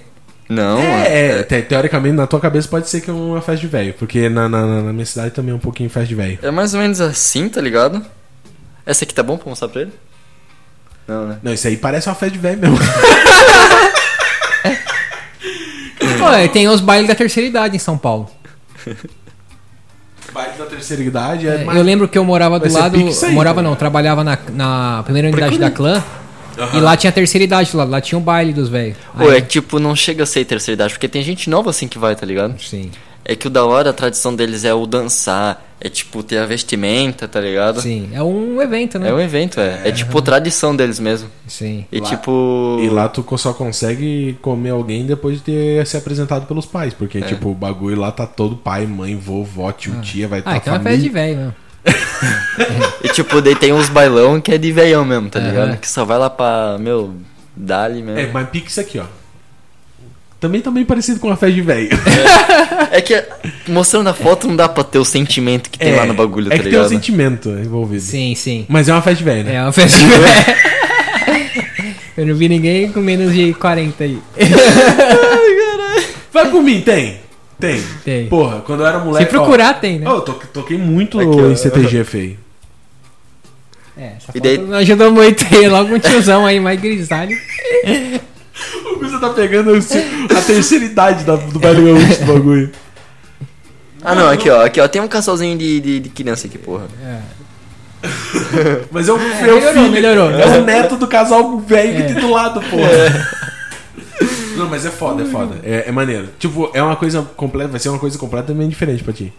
B: Não,
A: É, é, te- teoricamente na tua cabeça pode ser que é uma festa de velho, porque na, na- na- na minha cidade também é um pouquinho festa de velho.
B: É mais ou menos assim, tá ligado? Essa aqui tá bom pra mostrar pra ele? Não, né?
A: Não, isso aí parece uma festa de velho mesmo. <laughs>
C: Pô, é, tem os bailes da terceira idade em São Paulo.
A: Bairro da terceira idade é,
C: É,
A: mais-
C: Eu lembro que eu morava do
A: Vai ser
C: lado.
A: pique né? isso aí,
C: morava
A: cara.
C: não, trabalhava na, na primeira unidade da clã.
A: Aham.
C: E lá tinha a terceira idade, lá, lá tinha um baile dos velhos.
B: Ou é tipo, não chega a ser terceira idade, porque tem gente nova assim que vai, tá ligado?
C: Sim.
B: É que o da hora, a tradição deles é o dançar, é tipo ter a vestimenta, tá ligado?
C: Sim. É um evento, né?
B: É um evento, é. É tipo tradição deles mesmo.
C: Sim.
B: E
A: Lá-
B: tipo.
A: E lá tu só consegue comer alguém depois de ter se apresentado pelos pais. Porque, tipo, o bagulho lá tá todo pai, mãe, vovó, tio, tia, vai
C: É.
A: estar
C: Ah, é que é uma festa de
A: família.
C: velho, né?
B: E tipo, daí tem uns bailão que é de veião mesmo, tá
C: É.
B: ligado? Que só vai lá pra, meu, dali
A: É,
B: mesmo.
A: mas pique isso aqui, ó. Também tá meio parecido com uma festa de velho.
B: É, que mostrando a foto não dá pra ter o sentimento que tem lá no bagulho,
A: é
B: tá
A: que tem um
B: ligado?
A: sentimento envolvido.
C: Sim, sim.
A: Mas é uma festa de velho, né?
C: É
A: <laughs>
C: uma festa de velho. <laughs> Eu não vi ninguém com menos de 40 aí.
A: Vai por mim, tem. Tem.
C: Tem.
A: Porra, quando eu era
C: Se
A: moleque.
C: procurar, tem,
A: Ó,
C: né?
A: Ó, eu to- toquei muito
B: Aqui, ó.
A: em CTG, feio. <laughs>
C: É, essa
B: E
C: foto
B: daí-
C: não ajudou muito aí. <laughs> Logo um tiozão aí, mais grisalho.
A: O Gusta tá pegando o- a terceira idade da- do Vale Gaúcho do bagulho.
B: Ah não, aqui ó, aqui ó, tem um casalzinho de, de, de criança aqui, porra.
A: Mas é o, é, o
C: melhorou,
A: filho.
C: melhorou.
A: É o neto do casal velho
C: É.
A: que tem do lado, porra. <laughs> Não, mas é foda, é foda. É, é maneiro. Tipo, é uma coisa completa, vai ser uma coisa completamente diferente pra ti.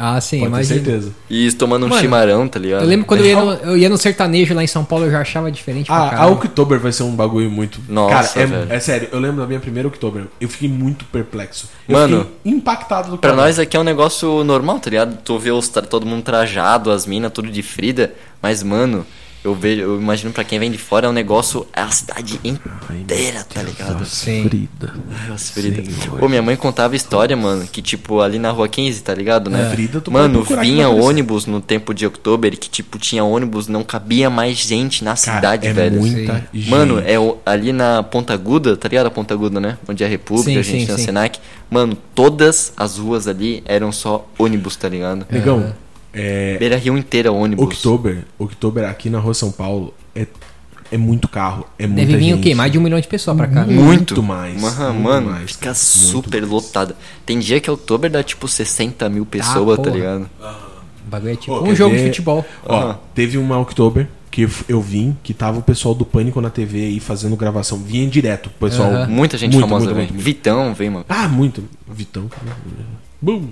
C: Ah, sim,
A: Pode ter
C: imagina.
A: certeza.
B: E isso tomando um
C: Mano,
B: chimarrão, tá ligado?
C: Eu lembro quando eu ia, no, eu ia no sertanejo lá em São Paulo, eu já achava diferente pra
A: Ah, a
C: caralho.
A: Oktober vai ser um bagulho muito.
B: Nossa,
A: Cara, é-
B: velho.
A: é, sério, eu lembro da minha primeira Oktober. Eu fiquei muito perplexo. Eu
B: Mano,
A: fiquei impactado do
B: Pra
A: cara.
B: nós aqui é um negócio normal, tá ligado? Tu vê os tra- todo mundo trajado, as minas, tudo de Frida. Mas, mano, eu vejo, eu imagino pra quem vem de fora é um negócio, é a cidade inteira, tá ligado?
C: Sim.
A: Frida.
B: As Frida. Ô, minha mãe contava história, mano, que tipo, ali na rua 15, tá ligado, né?
A: É. Frida, tu pode
B: mano,
A: procurar aqui
B: vinha
A: na cabeça.
B: ônibus no tempo de outubro que tipo, tinha ônibus, não cabia mais gente na cidade,
A: é
B: velho.
A: muita gente.
B: Mano, é o- ali na Ponta Aguda, tá ligado a Ponta Aguda, né? Onde é a República,
C: Sim,
B: a gente
C: sim,
B: tem a
C: sim.
B: Senac. Mano, todas as ruas ali eram só ônibus, tá ligado?
A: Negão, é.
B: Beira Rio inteira ônibus.
A: Oktober, Oktober aqui na rua São Paulo é, é muito carro, é muita
C: Deve vir
A: gente. Uhum.
C: o quê? Mais de um milhão de pessoas pra cá. né?
B: Muito,
A: Muito mais,
B: Aham,
A: muito
B: mano,
A: mais,
B: fica
A: muito
B: super lotada. Tem dia que outubro dá tipo 60 mil pessoas, tá
C: porra.
B: ligado?
C: O bagulho é tipo
A: Pô,
C: um
A: quer
C: jogo de
A: ver?
C: futebol.
A: Ó,
B: Aham.
A: teve uma Oktober que f- eu vim, que tava o pessoal do Pânico na TV aí fazendo gravação. Vinha direto, o pessoal.
C: Aham.
B: Muita gente
A: Muito,
B: famosa
A: muito,
B: vem.
A: muito, muito.
B: Vitão vem, mano.
A: Ah, muito. Vitão. Bum.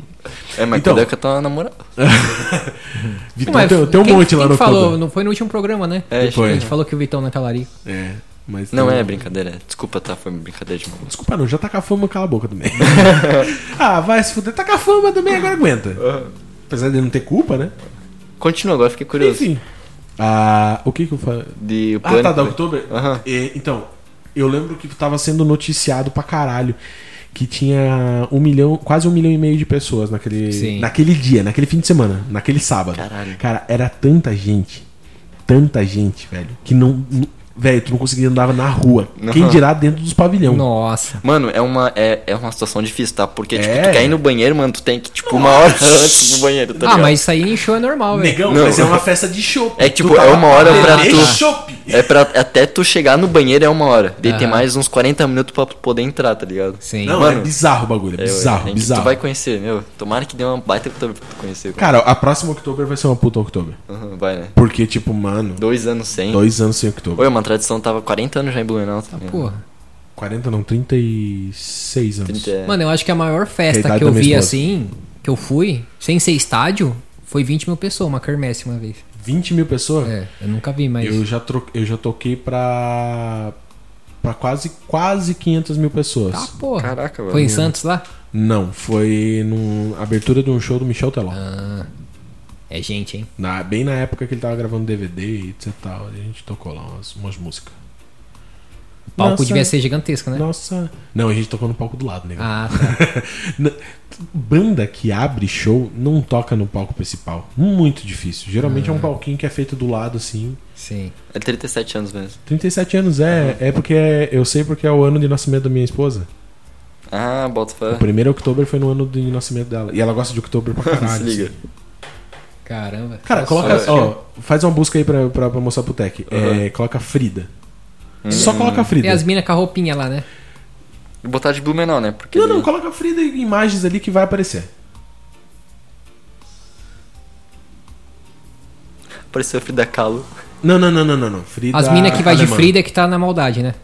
B: É,
A: Então-
B: mas então, Kudelka tá namorando.
A: Vitão
C: Mas
A: tem, tem um
C: quem-
A: monte lá
C: quem
A: no
C: que falou?
A: Oktober.
C: Não foi no último programa, né?
B: É,
C: a
A: foi.
C: gente falou que o Vitão não é talarico.
A: É, mas
B: Não
A: tem-
B: é brincadeira. é. Desculpa, tá? Foi brincadeira de maluco.
A: Desculpa, não, já tá com a fama, cala a boca
B: <laughs>
A: também. ah, vai se fuder. Tá com a fama também, agora aguenta. Apesar de não ter culpa, né?
B: Continua agora, fiquei curioso.
A: Enfim. Ah, o que que eu falei?
B: De o
A: Ah, tá,
B: Pânico, né?
A: da Oktober?
B: Aham.
A: É, então, eu lembro que tava sendo noticiado pra caralho que tinha um milhão, quase um milhão e meio de pessoas naquele,
C: Sim.
A: naquele dia, naquele fim de semana, naquele sábado.
B: Caralho.
A: Cara, era tanta gente, tanta gente, velho, que não. não- Velho, tu não conseguia andar na rua.
B: Aham.
A: Quem dirá dentro dos pavilhões.
C: Nossa.
B: Mano, é uma, é, é uma situação difícil, tá? Porque, tipo,
A: É.
B: tu quer ir no banheiro, mano, tu tem que, tipo, uma hora antes do banheiro, tá
C: Ah,
B: ligado?
C: mas isso aí em show é normal, velho.
A: Negão,
B: Não.
A: mas é uma festa de chopp.
B: É tipo,
A: Tu
B: é uma hora pra
A: beber
B: tu-
A: chopp.
B: É pra até tu chegar no banheiro é uma hora. Daí tem
C: Aham.
B: mais uns 40 minutos pra poder entrar, tá ligado?
C: Sim.
A: Não,
B: Mano.
A: é bizarro o bagulho. É
B: É,
A: bizarro,
B: é, é que
A: bizarro.
B: Tu vai conhecer, meu. Tomara que dê uma baita pra tu conhecer.
A: Cara, a próxima Oktober vai ser uma puta Oktober.
B: Aham, vai, né?
A: Porque, tipo, mano,
B: Dois anos sem.
A: dois Tá, anos sem Oktober.
B: Oi, uma tradição tava 40 anos já em Blumenau tá também.
C: Porra.
A: 40 não, 36 anos.
B: 30 é.
C: Mano, eu acho que a maior
A: Que
C: festa
A: a idade
C: que eu
A: da minha
C: vi
A: esposa.
C: assim, que eu fui, sem ser estádio, foi 20 mil pessoas, uma quermesse uma vez.
A: 20 mil pessoas?
C: É, eu nunca vi, mas.
A: Eu, já tro... eu já toquei pra. pra quase, quase 500 mil pessoas.
C: Tá, porra.
B: Caraca,
C: Foi em
B: velho.
C: Santos lá?
A: Não, foi na abertura de um show do Michel Teló.
B: Ah.
C: É gente, hein?
A: Na- bem na época que ele tava gravando DVD e etc e tal. A gente tocou lá umas, umas músicas.
C: O palco
A: Nossa.
C: devia ser gigantesco, né?
A: Nossa. Não, a gente tocou no palco do lado, né?
C: Ah, tá.
A: Na- Banda que abre show não toca no palco principal. Muito difícil. Geralmente
C: Ah.
A: é um palquinho que é feito do lado assim.
C: Sim.
B: É 37 anos mesmo.
A: 37 anos é, é porque é- eu sei porque é o ano de nascimento da minha esposa.
B: Ah, bota fé.
A: O primeiro outubro foi no ano de nascimento dela. E ela gosta de outubro
C: <laughs>
A: pra caralho.
B: Desliga.
A: assim.
C: Caramba.
A: Cara,
B: assim,
A: coloca. Ó, faz uma busca aí pra, pra, pra mostrar pro Tech. É, coloca Frida.
B: Hum.
A: Só coloca Frida.
C: Tem as minas com a roupinha lá, né?
B: Vou botar de Blumenau, né? Porque
A: Não, não,
B: daí-
A: coloca Frida e imagens ali que vai aparecer.
B: Pareceu a Frida Kahlo.
A: Não, não, não, não, não. não. Frida
C: As minas que vai de
A: alemã.
C: Frida que tá na maldade, né?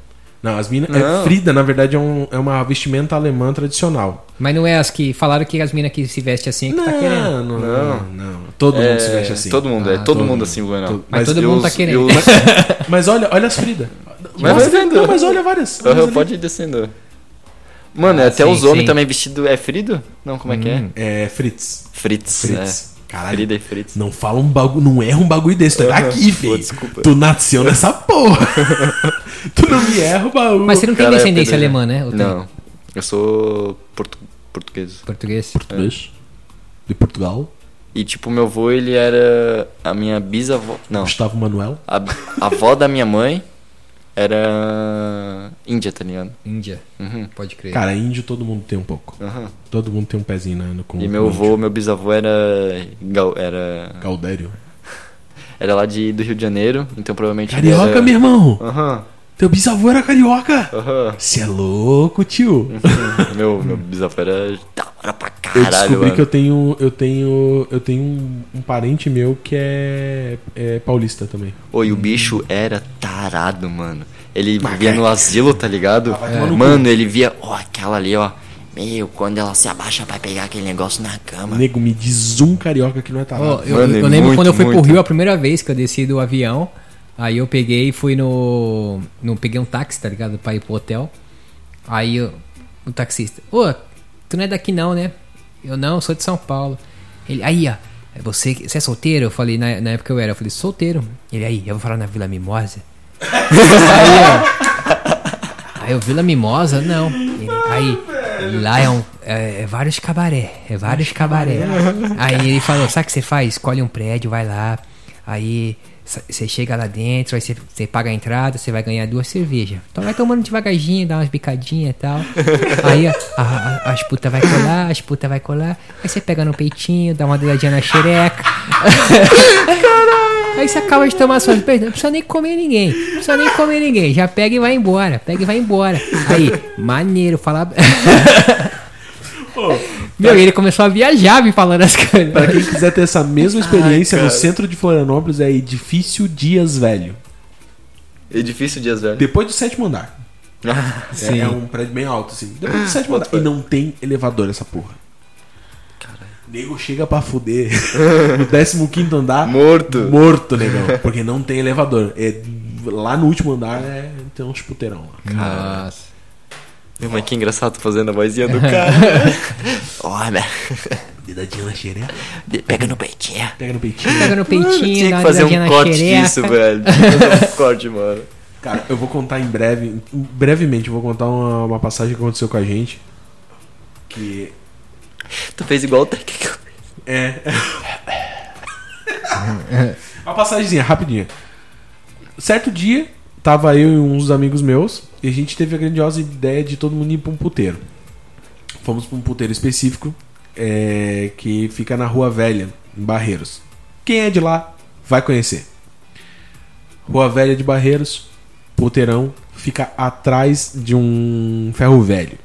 A: Não, as minas.
B: Não.
A: É, Frida, na verdade, é, um- é uma vestimenta alemã tradicional.
C: Mas não é as que falaram que as minas que se vestem assim é que tá querendo.
A: não, não, não. Todo mundo se veste assim.
B: Todo mundo,
C: Ah,
B: é. Todo,
C: todo
B: mundo,
A: mundo.
B: assim, Blumenau.
A: Todo-
C: Mas
A: Mas
C: todo
B: E
C: mundo
B: os-
C: tá
B: e
C: <laughs> querendo.
B: os-
A: Mas olha, olha as Frida.
B: Mas vai vendo.
A: não, mas olha várias.
B: Aham,
A: várias ali.
B: pode ir descendo. Mano,
C: Ah,
B: até
C: sim,
B: os homens
C: sim. Hum.
B: também vestido é frido? Não, como é que é?
A: É, Fritz.
B: Fritz,
A: Fritz.
B: é.
A: Caralho.
B: Frida e Fritz.
A: Não fala um bagulho, não erra um bagulho desse. Tu é
B: Aham.
A: daqui,
B: Pô,
A: filho.
B: desculpa.
A: Tu nasceu nessa porra. <laughs> tu não me erra o bagulho.
C: Mas você não tem
B: Cara, é
C: descendência
B: pedreiro.
C: alemã, né? Ou tem?
B: Não, eu sou portu português.
C: Português.
B: É.
A: Português. De Portugal.
B: E tipo, meu avô, ele era a minha bisavó... Não,
A: Gustavo Manuel.
B: a, a avó da minha mãe era índia, tá ligado?
C: Índia.
B: Uhum,
C: Pode crer.
A: Cara, índio todo mundo tem um pouco.
B: aham.
A: Todo mundo tem um pezinho na, no com
B: E meu
A: com
B: avô, meu bisavô era... gal- era...
A: índio. Caldério.
B: Era lá de, do Rio de Janeiro, então provavelmente ele
A: Carioca,
B: era...
A: meu irmão.
B: Aham,
A: Teu bisavô era carioca. <laughs>
B: aham.
A: Você é louco, tio.
B: Uhum. Meu, meu bisavô era da hora pra
A: Eu
B: caralho,
A: descobri
B: mano.
A: que eu tenho. Eu tenho. Eu tenho um, um parente meu que é, é paulista também.
B: Oi, o bicho era tarado, mano. Ele
A: é
B: vivia no asilo, tá ligado?
A: vai tomar no
B: Mano, ele via, ó, aquela ali, ó. Meu, quando ela se abaixa pra pegar aquele negócio na cama.
A: Nego, me diz um carioca que não é tarado.
C: Ó, eu,
B: Mano, é
C: eu lembro
B: muito,
C: quando eu fui pro
B: muito.
C: Rio a primeira vez que eu desci do avião. Aí eu peguei e fui no. no peguei um táxi, tá ligado? Pra ir pro hotel. Aí eu- o taxista, ô, tu não é daqui não, né? Eu não, sou de São Paulo. Ele, aí, ó, você, você é solteiro? Eu falei, na, na época eu era, eu falei, solteiro. Ele, aí, eu vou falar na Vila Mimosa. Aí eu, Vila Mimosa, não. Ele, aí, lá é um. É, é vários cabaré. É vários cabaré. Aí ele falou: sabe o que você faz? Escolhe um prédio, vai lá. Aí sa- você chega lá dentro, aí você, você paga a entrada, você vai ganhar duas cervejas. Então vai tomando devagarzinho, dá umas bicadinhas e tal. Aí a- a- a- as putas vai colar, as putas vai colar. Aí você pega no peitinho, dá uma dedadinha na xereca. Aí você acaba de tomar suas cerveja, não precisa nem comer ninguém. Não precisa nem comer ninguém. Já pega e vai embora. Pega e vai embora. Aí,
B: <laughs>
C: maneiro, falar. <laughs> Meu, e ele começou a viajar me falando as coisas.
B: Tá
A: Pra quem quiser ter essa mesma
C: <laughs>
A: experiência no centro de Florianópolis é Edifício Dias Velho.
B: Edifício Dias Velho.
A: Depois do sétimo andar. É- É, um prédio bem alto, assim.
C: Ah,
A: Depois do sétimo andar. E não tem elevador essa porra. Nego chega pra fuder <laughs> no 15 quinto andar.
B: <laughs> Morto.
A: Morto, negão. Porque não tem elevador. É, lá no último andar é, tem uns puteirão lá.
C: Nossa.
B: Meu, mas que engraçado, tô fazendo a vozinha
A: <laughs>
B: do cara. Olha,
A: Dedadinha na xereca.
B: pega no peitinho.
A: Pega no peitinho.
C: Pega no
B: Mano,
C: peitinho,
B: tinha
C: dá
B: que
C: uma
B: fazer
C: olhadinha
B: um
C: na
B: corte
C: xereca.
B: disso, velho. Tinha que fazer um corte, mano.
A: Cara, eu vou contar em breve. em- Brevemente, eu vou contar uma, uma passagem que aconteceu com a gente. Que
B: Tu fez igual o técnico.
A: É. <laughs> Uma passagemzinha, rapidinha. Certo dia, tava eu e uns amigos meus, e a gente teve a grandiosa ideia de todo mundo ir pra um puteiro. Fomos pra um puteiro específico, é, que fica na Rua Velha, em Barreiros. Quem é de lá, vai conhecer. Rua Velha de Barreiros, puteirão, fica atrás de um ferro velho.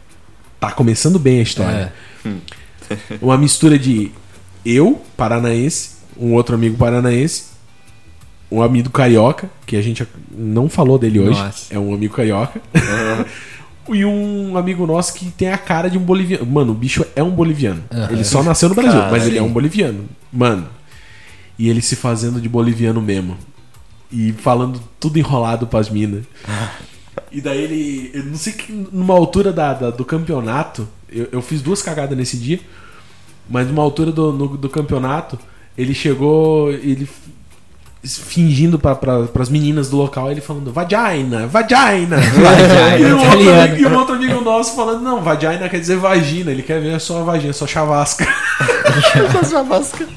A: Tá começando bem a história
C: É.
A: É. uma mistura de eu, paranaense, um outro amigo paranaense, um amigo carioca, que a gente não falou dele hoje,
C: Nossa.
A: é um amigo carioca. <laughs> E um amigo nosso que tem a cara de um boliviano. Mano, o bicho é um boliviano.
C: Aham.
A: Ele só nasceu no Brasil,
B: Caralho.
A: mas ele é um boliviano. Mano. E ele se fazendo de boliviano mesmo. E falando tudo enrolado pras
C: <laughs>
A: minas. E daí ele. Eu não sei que numa altura da, da- do campeonato. Eu, eu fiz duas cagadas nesse dia. Mas numa altura do, no- do campeonato, ele chegou. Ele f- fingindo pra, pra, pras meninas do local, ele falando, vagina, vagina!
C: <laughs> Vagina,
A: e, um outro
C: italiano.
A: amigo, e um outro amigo nosso falando, não, vagina quer dizer vagina, ele quer ver só a vagina, só chavasca.
B: Faz uma máscara.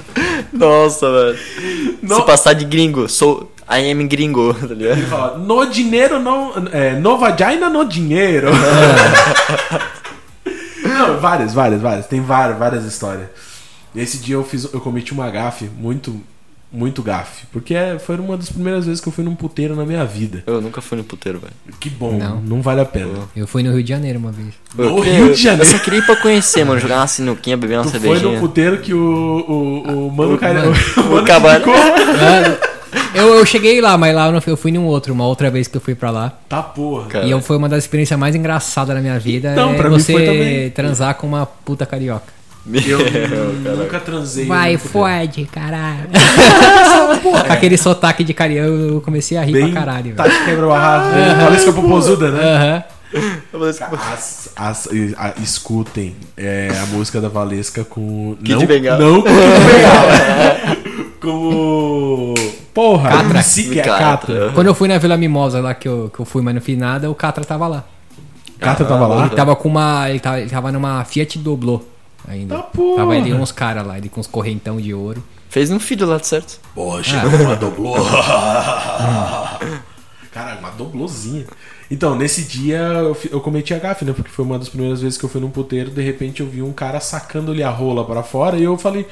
B: Nossa, velho. Se
A: Não-
B: passar de gringo, sou. I am gringo, <laughs> tá ligado?
A: Ele fala, no dinheiro não. É, no vagina, no dinheiro. É. não, várias, várias, várias. Tem várias, várias histórias. Nesse dia eu fiz, eu cometi uma gafe, muito, muito gafe. Porque é- foi uma das primeiras vezes que eu fui num puteiro na minha vida.
B: Eu nunca fui no puteiro, velho.
A: Que bom,
C: Não.
A: não, vale a pena.
C: Eu fui no Rio de Janeiro uma vez.
A: No
B: Eu
A: Rio de Janeiro.
B: Eu só queria ir pra conhecer, mano. Jogar uma sinuquinha, beber <laughs> uma
A: Tu foi
B: cervejinha.
A: no puteiro que Ah, <laughs> o, o, o mano, cara,
C: mano.
A: o, mano <laughs>
B: O cabana.
A: ficou.
C: Mano, Eu, eu cheguei lá, mas lá eu, não fui, eu fui em um outro, uma outra vez que eu fui pra lá.
A: Tá porra.
B: Cara,
C: E eu, foi uma das experiências mais engraçadas da minha vida.
A: Então,
C: é
A: pra mim
C: você
A: foi também.
C: transar com uma puta carioca.
B: <laughs>
A: Eu
B: cara.
A: nunca transei.
C: Vai,
A: né, fudeu.
C: fode, caralho. <laughs> Com aquele sotaque de carioca, eu comecei a rir
A: É. Bem,
C: pra caralho.
A: tá de
C: <laughs>
A: quebra-barrato. Valesca Popozuda, né?
C: Aham.
B: assim,
A: As- as- e- a- escutem é, a música da Valesca com.
B: Kid
A: não,
B: Bengala.
A: Não, com Kid
B: <laughs>
A: Bengala. né? com. Porra,
C: Catra.
A: MC que é
B: Catra.
A: Catra.
C: Quando eu fui na Vila Mimosa lá que eu, que eu fui, mas não fiz nada, o Catra tava lá.
A: Catra tava lá.
C: Ele tava com uma. Ele tava, ele tava numa Fiat Doblô ainda.
A: Tá porra.
C: Tava ele e uns caras lá, ele com uns correntão de ouro.
B: Fez um filho lá, certo?
A: Pô, chegou uma doblô. Caralho, uma doblôzinha. Então, nesse dia eu, fi- eu cometi a gafe, né? Porque foi uma das primeiras vezes que eu fui num puteiro, de repente eu vi um cara sacando-lhe a rola pra fora e eu falei.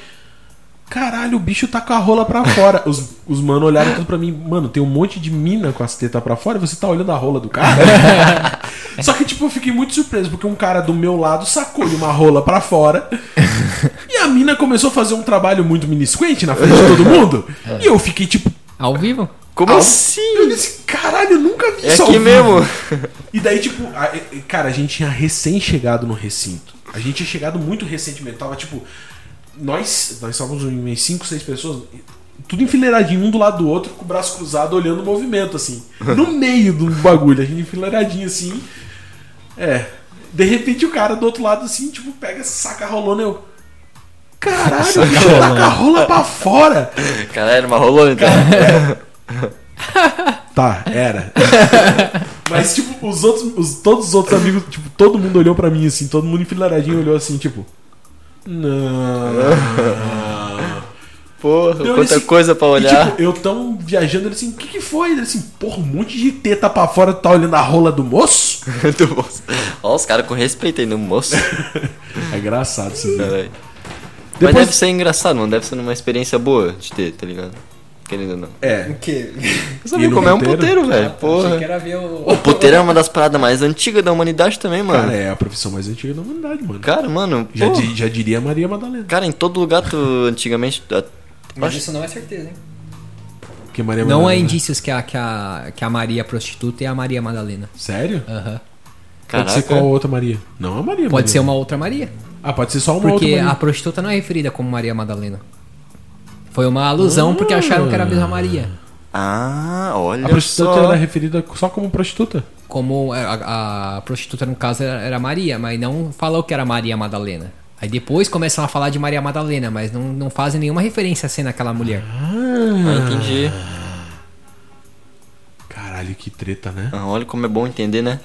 A: Caralho, o bicho tá com a rola pra fora. Os, os mano olharam tudo pra mim, mano, tem um monte de mina com as tetas pra fora e você tá olhando a rola do cara. Só que, tipo, eu fiquei muito surpreso, porque um cara do meu lado sacou-lhe uma rola pra fora e a mina começou a fazer um trabalho muito minisquente na frente de todo mundo. E eu fiquei, tipo,
C: Ao vivo?
B: É. Como
A: Au.
B: assim?
A: eu disse, caralho, eu nunca vi
B: É
A: isso ao
B: aqui
A: vivo."
B: mesmo. <laughs>
A: E daí, tipo, a- e- e, cara, a gente tinha recém-chegado no recinto. A gente tinha chegado muito recentemente. Tava, tipo, nós, nós estávamos umas 5, 6 pessoas, tudo enfileiradinho, um do lado do outro, com o braço cruzado, olhando o movimento, assim. No meio do bagulho, a gente enfileiradinho, assim. É. De repente, o cara do outro lado, assim, tipo, pega, saca rolando, eu... Caralho, o bicho taca a rola pra fora!
B: Cara, era uma rolou então.
A: Tá, era. Mas, tipo, os outros, os- todos os outros amigos, tipo, todo mundo olhou pra mim assim, todo mundo enfileiradinho olhou assim, tipo. Não.
B: Porra,
A: Não,
B: quanta
A: esse-
B: coisa pra
A: E,
B: olhar. <laughs>
A: tipo, eu tão viajando, ele assim, o que que foi? Ele assim, porra, um monte de teta pra fora, tá olhando a rola do moço?
B: Do moço. Ó, os caras com respeito aí no moço.
A: É engraçado isso, né?
B: Caralho. Mas
A: Depois-
B: deve ser engraçado, mano. Deve ser uma experiência boa de ter, tá ligado? Querendo ou não.
A: É.
C: Que?
B: Eu sabia
A: no
B: como é um
A: puteiro?
B: puteiro, velho.
C: Achei que
B: Porra.
C: era um ver o.
B: O puteiro é uma das paradas mais antigas da humanidade também, mano.
A: Cara, é a profissão mais antiga da humanidade, mano.
B: Cara, mano.
A: Já,
B: pô.
A: di- já diria Maria Madalena.
B: Cara, em todo lugar tu ah, antigamente. a-
C: Mas isso não é certeza, hein?
A: Porque Maria
C: Não é há
A: Madalena-
C: indícios que a, que, a, que a Maria prostituta é a Maria Madalena.
A: Sério?
C: Aham.
A: Pode ser
B: Caraca.
A: qual outra Maria? Não é a Maria
C: Pode ser
A: Madalena.
C: uma outra Maria.
A: Ah, pode ser só uma outra
C: Porque
A: Maria.
C: a prostituta não é referida como Maria Madalena. Foi uma alusão porque acharam que era a mesma Maria.
B: Ah, olha.
A: A prostituta
B: só.
A: era referida só como prostituta?
C: Como é, a, a prostituta, no caso, era, era Maria, mas não falou que era Maria Madalena. Aí depois começam a falar de Maria Madalena, mas não, não fazem nenhuma referência à cena daquela mulher.
B: Ah, entendi.
A: Caralho, que treta, né?
B: Ah, olha como é bom entender, né?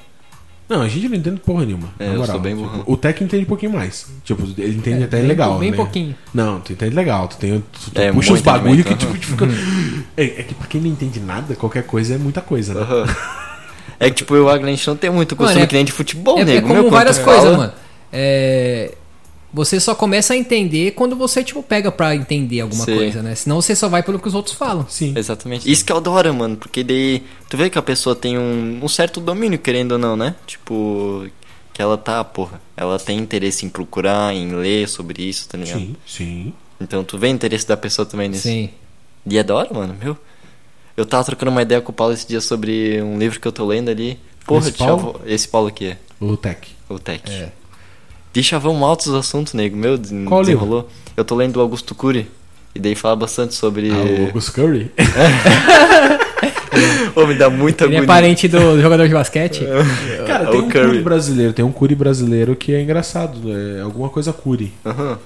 A: Não, a gente não entende porra nenhuma.
B: É,
A: na
B: eu
A: moral.
B: sou bem
A: Tipo,
B: burrão.
A: o Tec entende um pouquinho mais. Tipo, ele entende até
C: É, bem-
A: legal.
C: bem
A: né?
C: pouquinho.
A: Não, tu entende legal. Tu, tem, tu, tu
B: É,
A: puxa
B: muito
A: uns bagulho que
B: entendimento,
A: tipo, tu fica. <laughs> É, é que pra quem não entende nada, qualquer coisa é muita coisa, né?
B: É que, tipo, eu e o Agnes a gente não tem muito costume
C: Mano, é-
B: que nem de futebol,
C: é, é
B: nego.
C: como
B: Meu, tá
C: várias
B: quando tu
C: coisas,
B: fala-
C: mano. É, você só começa a entender quando você, tipo, pega pra entender alguma
B: Sim.
C: coisa, né? Senão você só vai pelo que os outros falam.
A: Sim.
B: Exatamente. Isso que é o da hora, mano, porque daí tu vê que a pessoa tem um, um certo domínio, querendo ou não, né? Tipo, que ela tá, porra, ela tem interesse em procurar, em ler sobre isso, tá ligado?
A: Sim, sim.
B: Então tu vê o interesse da pessoa também nisso.
C: Sim.
B: E é da hora, mano, meu. Eu tava trocando uma ideia com o Paulo esse dia sobre um livro que eu tô lendo ali. Porra,
A: Esse
B: deixa
A: Paulo?
B: eu- esse Paulo aqui,
A: O Tec.
B: o Tech.
C: É.
B: Deixa vão altos os assuntos, nego. Meu, des-
A: Qual livro?
B: desenrolou. Eu tô lendo do Augusto Cury. E daí fala bastante sobre.
A: Ah, o August Curry? <laughs>
B: <laughs> Ô, me dá muita
C: Ele é
B: agonia.
C: parente do jogador
B: <laughs>
C: de basquete?
B: É,
A: Cara,
B: o
A: tem um
B: Curry.
A: Curry brasileiro, tem um Curry brasileiro que é engraçado. É alguma coisa Curry.
B: Aham.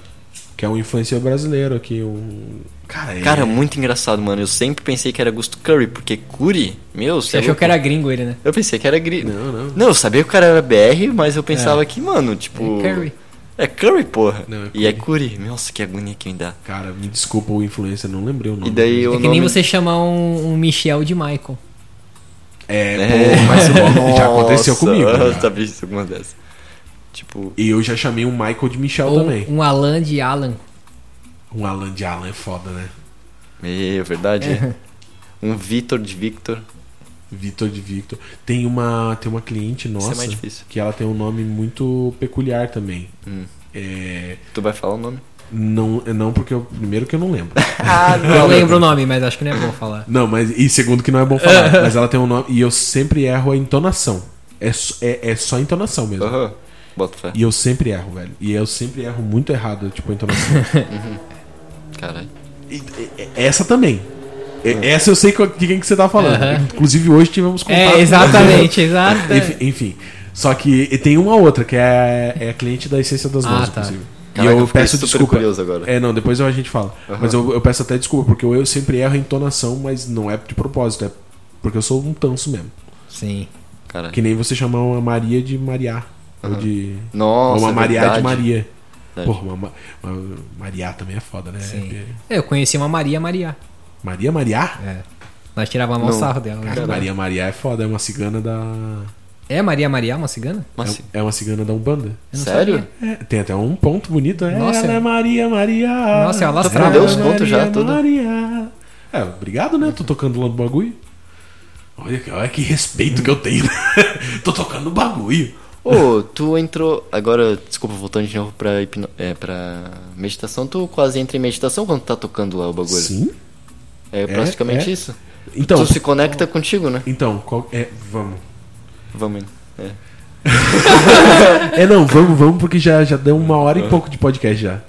A: Que é um influencer brasileiro aqui. Um... Cara, é.
B: Cara, muito engraçado, mano. Eu sempre pensei que era Augusto Curry, porque Curry, meu, é
C: Você achou que era gringo ele, né?
B: Eu pensei que era gri.
A: Não, não.
B: Não, eu sabia que o cara era BR, mas eu pensava que, mano, tipo.
C: É Curry.
B: É Curry, porra.
A: Não, é
B: E é Curry. Nossa, que agonia que me dá.
A: Cara, me desculpa o influencer, não lembrei o nome.
B: E daí
C: É
B: o
C: que
B: nome...
C: nem você chamar um, um Michel de Michael.
A: É,
B: É.
A: pô, mas
B: <laughs>
A: eu- já aconteceu
B: Nossa,
A: comigo. né?
B: Eu
A: cara.
B: sabia disso alguma dessas. Tipo,
A: E eu já chamei um Michael de Michel
C: Ou
A: também.
C: um Alan de Alan.
A: Um Alan de Alan é foda, né?
B: é verdade. é. Um Vitor de Victor.
A: Vitor de Victor. Tem uma, tem uma cliente
B: é
A: nossa
B: mais difícil. Hum.
A: que ela tem um nome muito peculiar também. É,
B: Tu vai falar o nome?
A: Não, não porque eu. Primeiro que eu não lembro.
C: Ah, não lembro o nome, mas acho que não é bom falar.
A: Não, mas. E segundo que não é bom <laughs> falar. mas ela tem um nome. E eu sempre erro a entonação. É, s- é, é só a entonação mesmo.
B: Aham. Bota fé.
A: E eu sempre erro, velho. E eu sempre erro muito errado, tipo, a entonação.
B: Caralho.
A: E- e- essa também. E- Essa eu sei co- de quem que você tá falando.
C: É. Aham.
A: Inclusive hoje tivemos contato.
C: É, <laughs> exatamente,
A: <laughs>
C: exato.
A: Enfim, enfim. Só que e tem uma outra, que é, é a cliente da Essência das
C: Ah,
A: Mãos,
C: tá.
A: inclusive.
B: Caraca,
A: e eu
B: eu fiquei
A: peço
B: super
A: desculpa.
B: curioso agora.
A: É, não, depois a gente fala. Mas eu, eu peço até desculpa, porque eu, eu sempre erro a entonação, mas não é de propósito, é porque eu sou um tanso mesmo.
C: Sim. É.
B: Caralho.
A: Que nem você chamar uma Maria de Mariá. Ou de.
B: Nossa, é
A: ou uma Mariá
B: verdade.
A: de Maria.
B: Verdade.
A: Porra, uma, ma- uma- Mariá também é foda, né?
C: Sim. Eu conheci uma Maria Maria.
A: Maria Mariá?
C: É. Nós tirávamos mal
B: Não.
C: sarro dela. né?
A: Cara, Maria Maria é foda, é uma cigana da.
C: É Maria Maria, uma cigana?
A: é-
B: Mas,
A: É uma cigana da Umbanda.
C: Eu não
B: Sério?
C: sabia.
A: É, tem até um ponto bonito, é.
C: Nossa,
A: ela
C: é-
A: é Maria Maria.
C: Nossa, é uma
A: Ela
C: lastrada.
A: é
B: Os pontos já,
A: Maria,
B: tudo.
A: Maria. É, obrigado, né? Tô tocando lá no bagulho. Olha que, olha que respeito que eu tenho. né? <laughs> Tô tocando no bagulho.
B: Ô, tu entrou. Agora, desculpa, voltando de novo pra, hipno... é, pra meditação. Tu quase entra em meditação quando tá tocando lá o bagulho.
A: Sim.
B: É praticamente
A: é.
B: isso.
A: Então,
B: tu se conecta contigo, né?
A: então qual, é, vamos.
B: Vamos indo. É.
A: É, não, vamos, vamos, porque já, já deu uma hora e pouco de podcast já.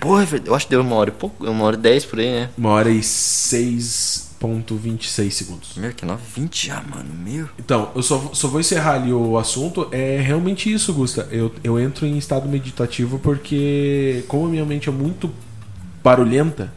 B: Pô, é verdade, eu acho que deu uma hora e pouco, uma hora e dez por aí, né?
A: Uma hora e 6.26 segundos.
B: Meu, que 9 20 já, mano. Meu.
A: Então, eu só, vou- só vou encerrar ali o assunto. É realmente isso, Gusta. Eu, eu entro em estado meditativo porque, como a minha mente é muito barulhenta,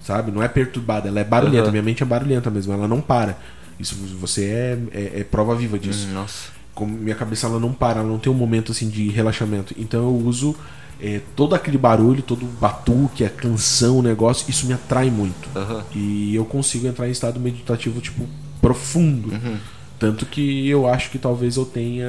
A: sabe? Não é perturbada, ela é barulhenta.
B: Aham.
A: Minha mente é barulhenta mesmo, ela não para. Isso você é, é, é prova viva disso.
B: Hum, Nossa.
A: Como minha cabeça ela não para, ela não tem um momento assim de relaxamento. Então eu uso é, todo aquele barulho, todo o batuque, a canção, o negócio, isso me atrai muito.
B: Aham.
A: E eu consigo entrar em estado meditativo, tipo, profundo.
B: Uhum.
A: Tanto que eu acho que talvez eu tenha.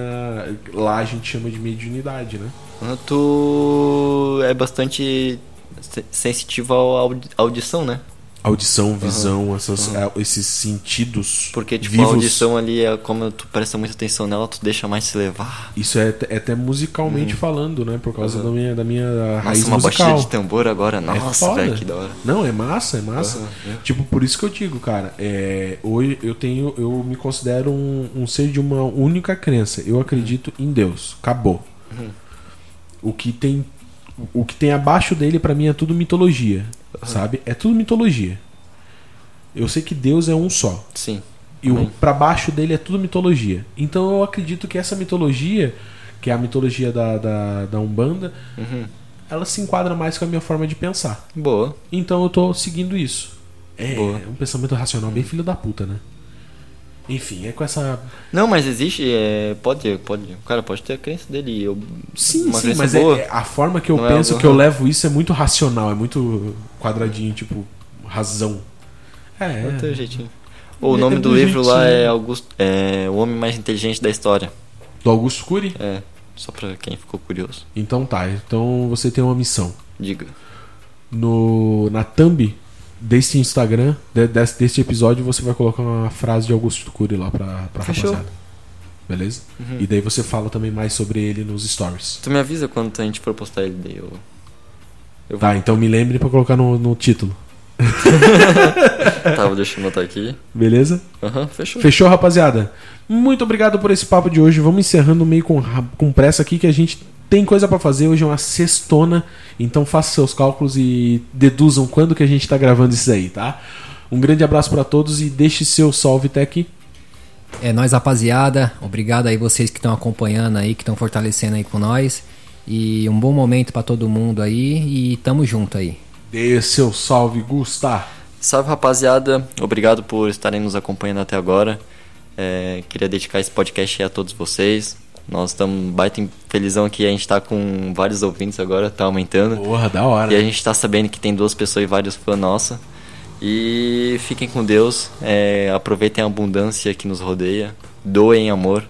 A: Lá a gente chama de mediunidade, né?
B: Quando Tu é bastante se- sensitivo à audi- audição, né?
A: Audição, visão, essas- eh, esses sentidos.
B: Porque, tipo,
A: vivos.
B: a audição ali, é como tu presta muita atenção nela, tu deixa mais se levar.
A: Isso é, até- é até musicalmente falando, né? Por causa da minha, da minha raiz
B: Uhum. Nossa, uma
A: musical.
B: batida de tambor agora.
A: É
B: Nossa,
A: foda.
B: velho, que da hora.
A: Não, é massa, é massa. Tipo, por isso que eu digo, cara, é, hoje eu tenho, eu me considero um, um ser de uma única crença. Eu acredito em Deus. Acabou.
B: Uhum.
A: O que tem o que tem abaixo dele pra mim é tudo mitologia, sabe? É tudo mitologia. Eu sei que Deus é um só.
B: Sim.
A: E
B: Uhum.
A: o pra baixo dele é tudo mitologia. Então eu acredito que essa mitologia, que é a mitologia da, da, da Umbanda,
B: Uhum.
A: ela se enquadra mais com a minha forma de pensar.
B: Boa.
A: Então eu tô seguindo isso. É,
B: Boa.
A: é um pensamento racional bem filho da puta, né? Enfim, é com essa.
B: Não, mas existe, é, pode, pode. O cara pode ter a crença dele. Eu,
A: Sim,
B: uma
A: sim,
B: crença
A: mas é,
B: boa.
A: é a forma que eu
B: Não é
A: penso,
B: algo-
A: que eu levo isso é muito racional, é muito quadradinho, tipo, razão. É,
B: É o
A: é.
B: teu jeitinho. O
A: É
B: nome
A: do
B: do livro lá
A: jeitinho.
B: é Augusto, é o homem mais inteligente da história.
A: Do Augusto Cury?
B: É, só pra quem ficou curioso.
A: Então tá, então você tem uma missão.
B: Diga.
A: No, na thumb desse Instagram, de- desse, deste episódio, você vai colocar uma frase de Augusto Cury lá pra, pra
B: Fechou.
A: rapaziada. Beleza? E daí você fala também mais sobre ele nos stories.
B: Tu me avisa quando a gente for postar ele daí. Eu... Eu vou...
A: Tá, então me lembre pra colocar no, no título. É.
B: Tá, deixa eu anotar aqui.
A: Beleza?
B: Aham, fechou.
A: Fechou, rapaziada? Muito obrigado por esse papo de hoje. Vamos encerrando meio com, ra- com pressa aqui que a gente tem coisa pra fazer. Hoje é uma sextona, então faça seus cálculos e deduzam quando que a gente tá gravando isso aí, tá? Um grande abraço pra todos e deixe seu salve até aqui.
C: É nóis, rapaziada. Obrigado aí vocês que estão acompanhando aí, que estão fortalecendo aí com nós. E um bom momento pra todo mundo aí. E tamo junto aí.
A: Dê seu salve, Gustavo.
B: Salve rapaziada, obrigado por estarem nos acompanhando até agora. É, queria dedicar esse podcast aí a todos vocês. Nós estamos baita em- felizão aqui, a gente tá com vários ouvintes agora, tá aumentando.
A: Porra, da
B: E a
A: hora.
B: gente tá sabendo que tem duas pessoas e vários fãs nossa. E fiquem com Deus, é, aproveitem a abundância que nos rodeia, doem amor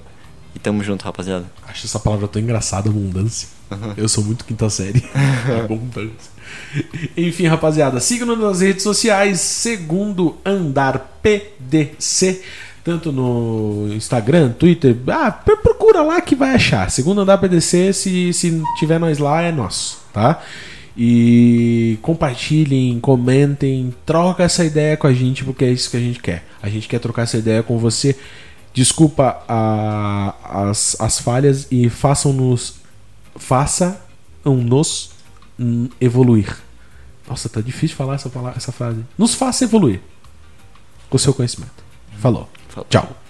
B: e tamo junto, rapaziada.
A: Acho essa palavra tão engraçada, abundância. Eu sou muito quinta série. abundância. Enfim, rapaziada, sigam-nos nas redes sociais, segundo andar PDC. tanto no Instagram, Twitter. Ah, p- procura lá que vai achar. Segundo andar pra descer, se, se tiver nós lá, é nosso, tá? E compartilhem, comentem, troca essa ideia com a gente, porque é isso que a gente quer. A gente quer trocar essa ideia com você. Desculpa a- as, as falhas e façam-nos. Façam-nos hum, evoluir. Nossa, tá difícil falar essa, palavra, essa frase. Nos faça evoluir com o seu conhecimento. Falou.
B: Falou.
A: Tchau.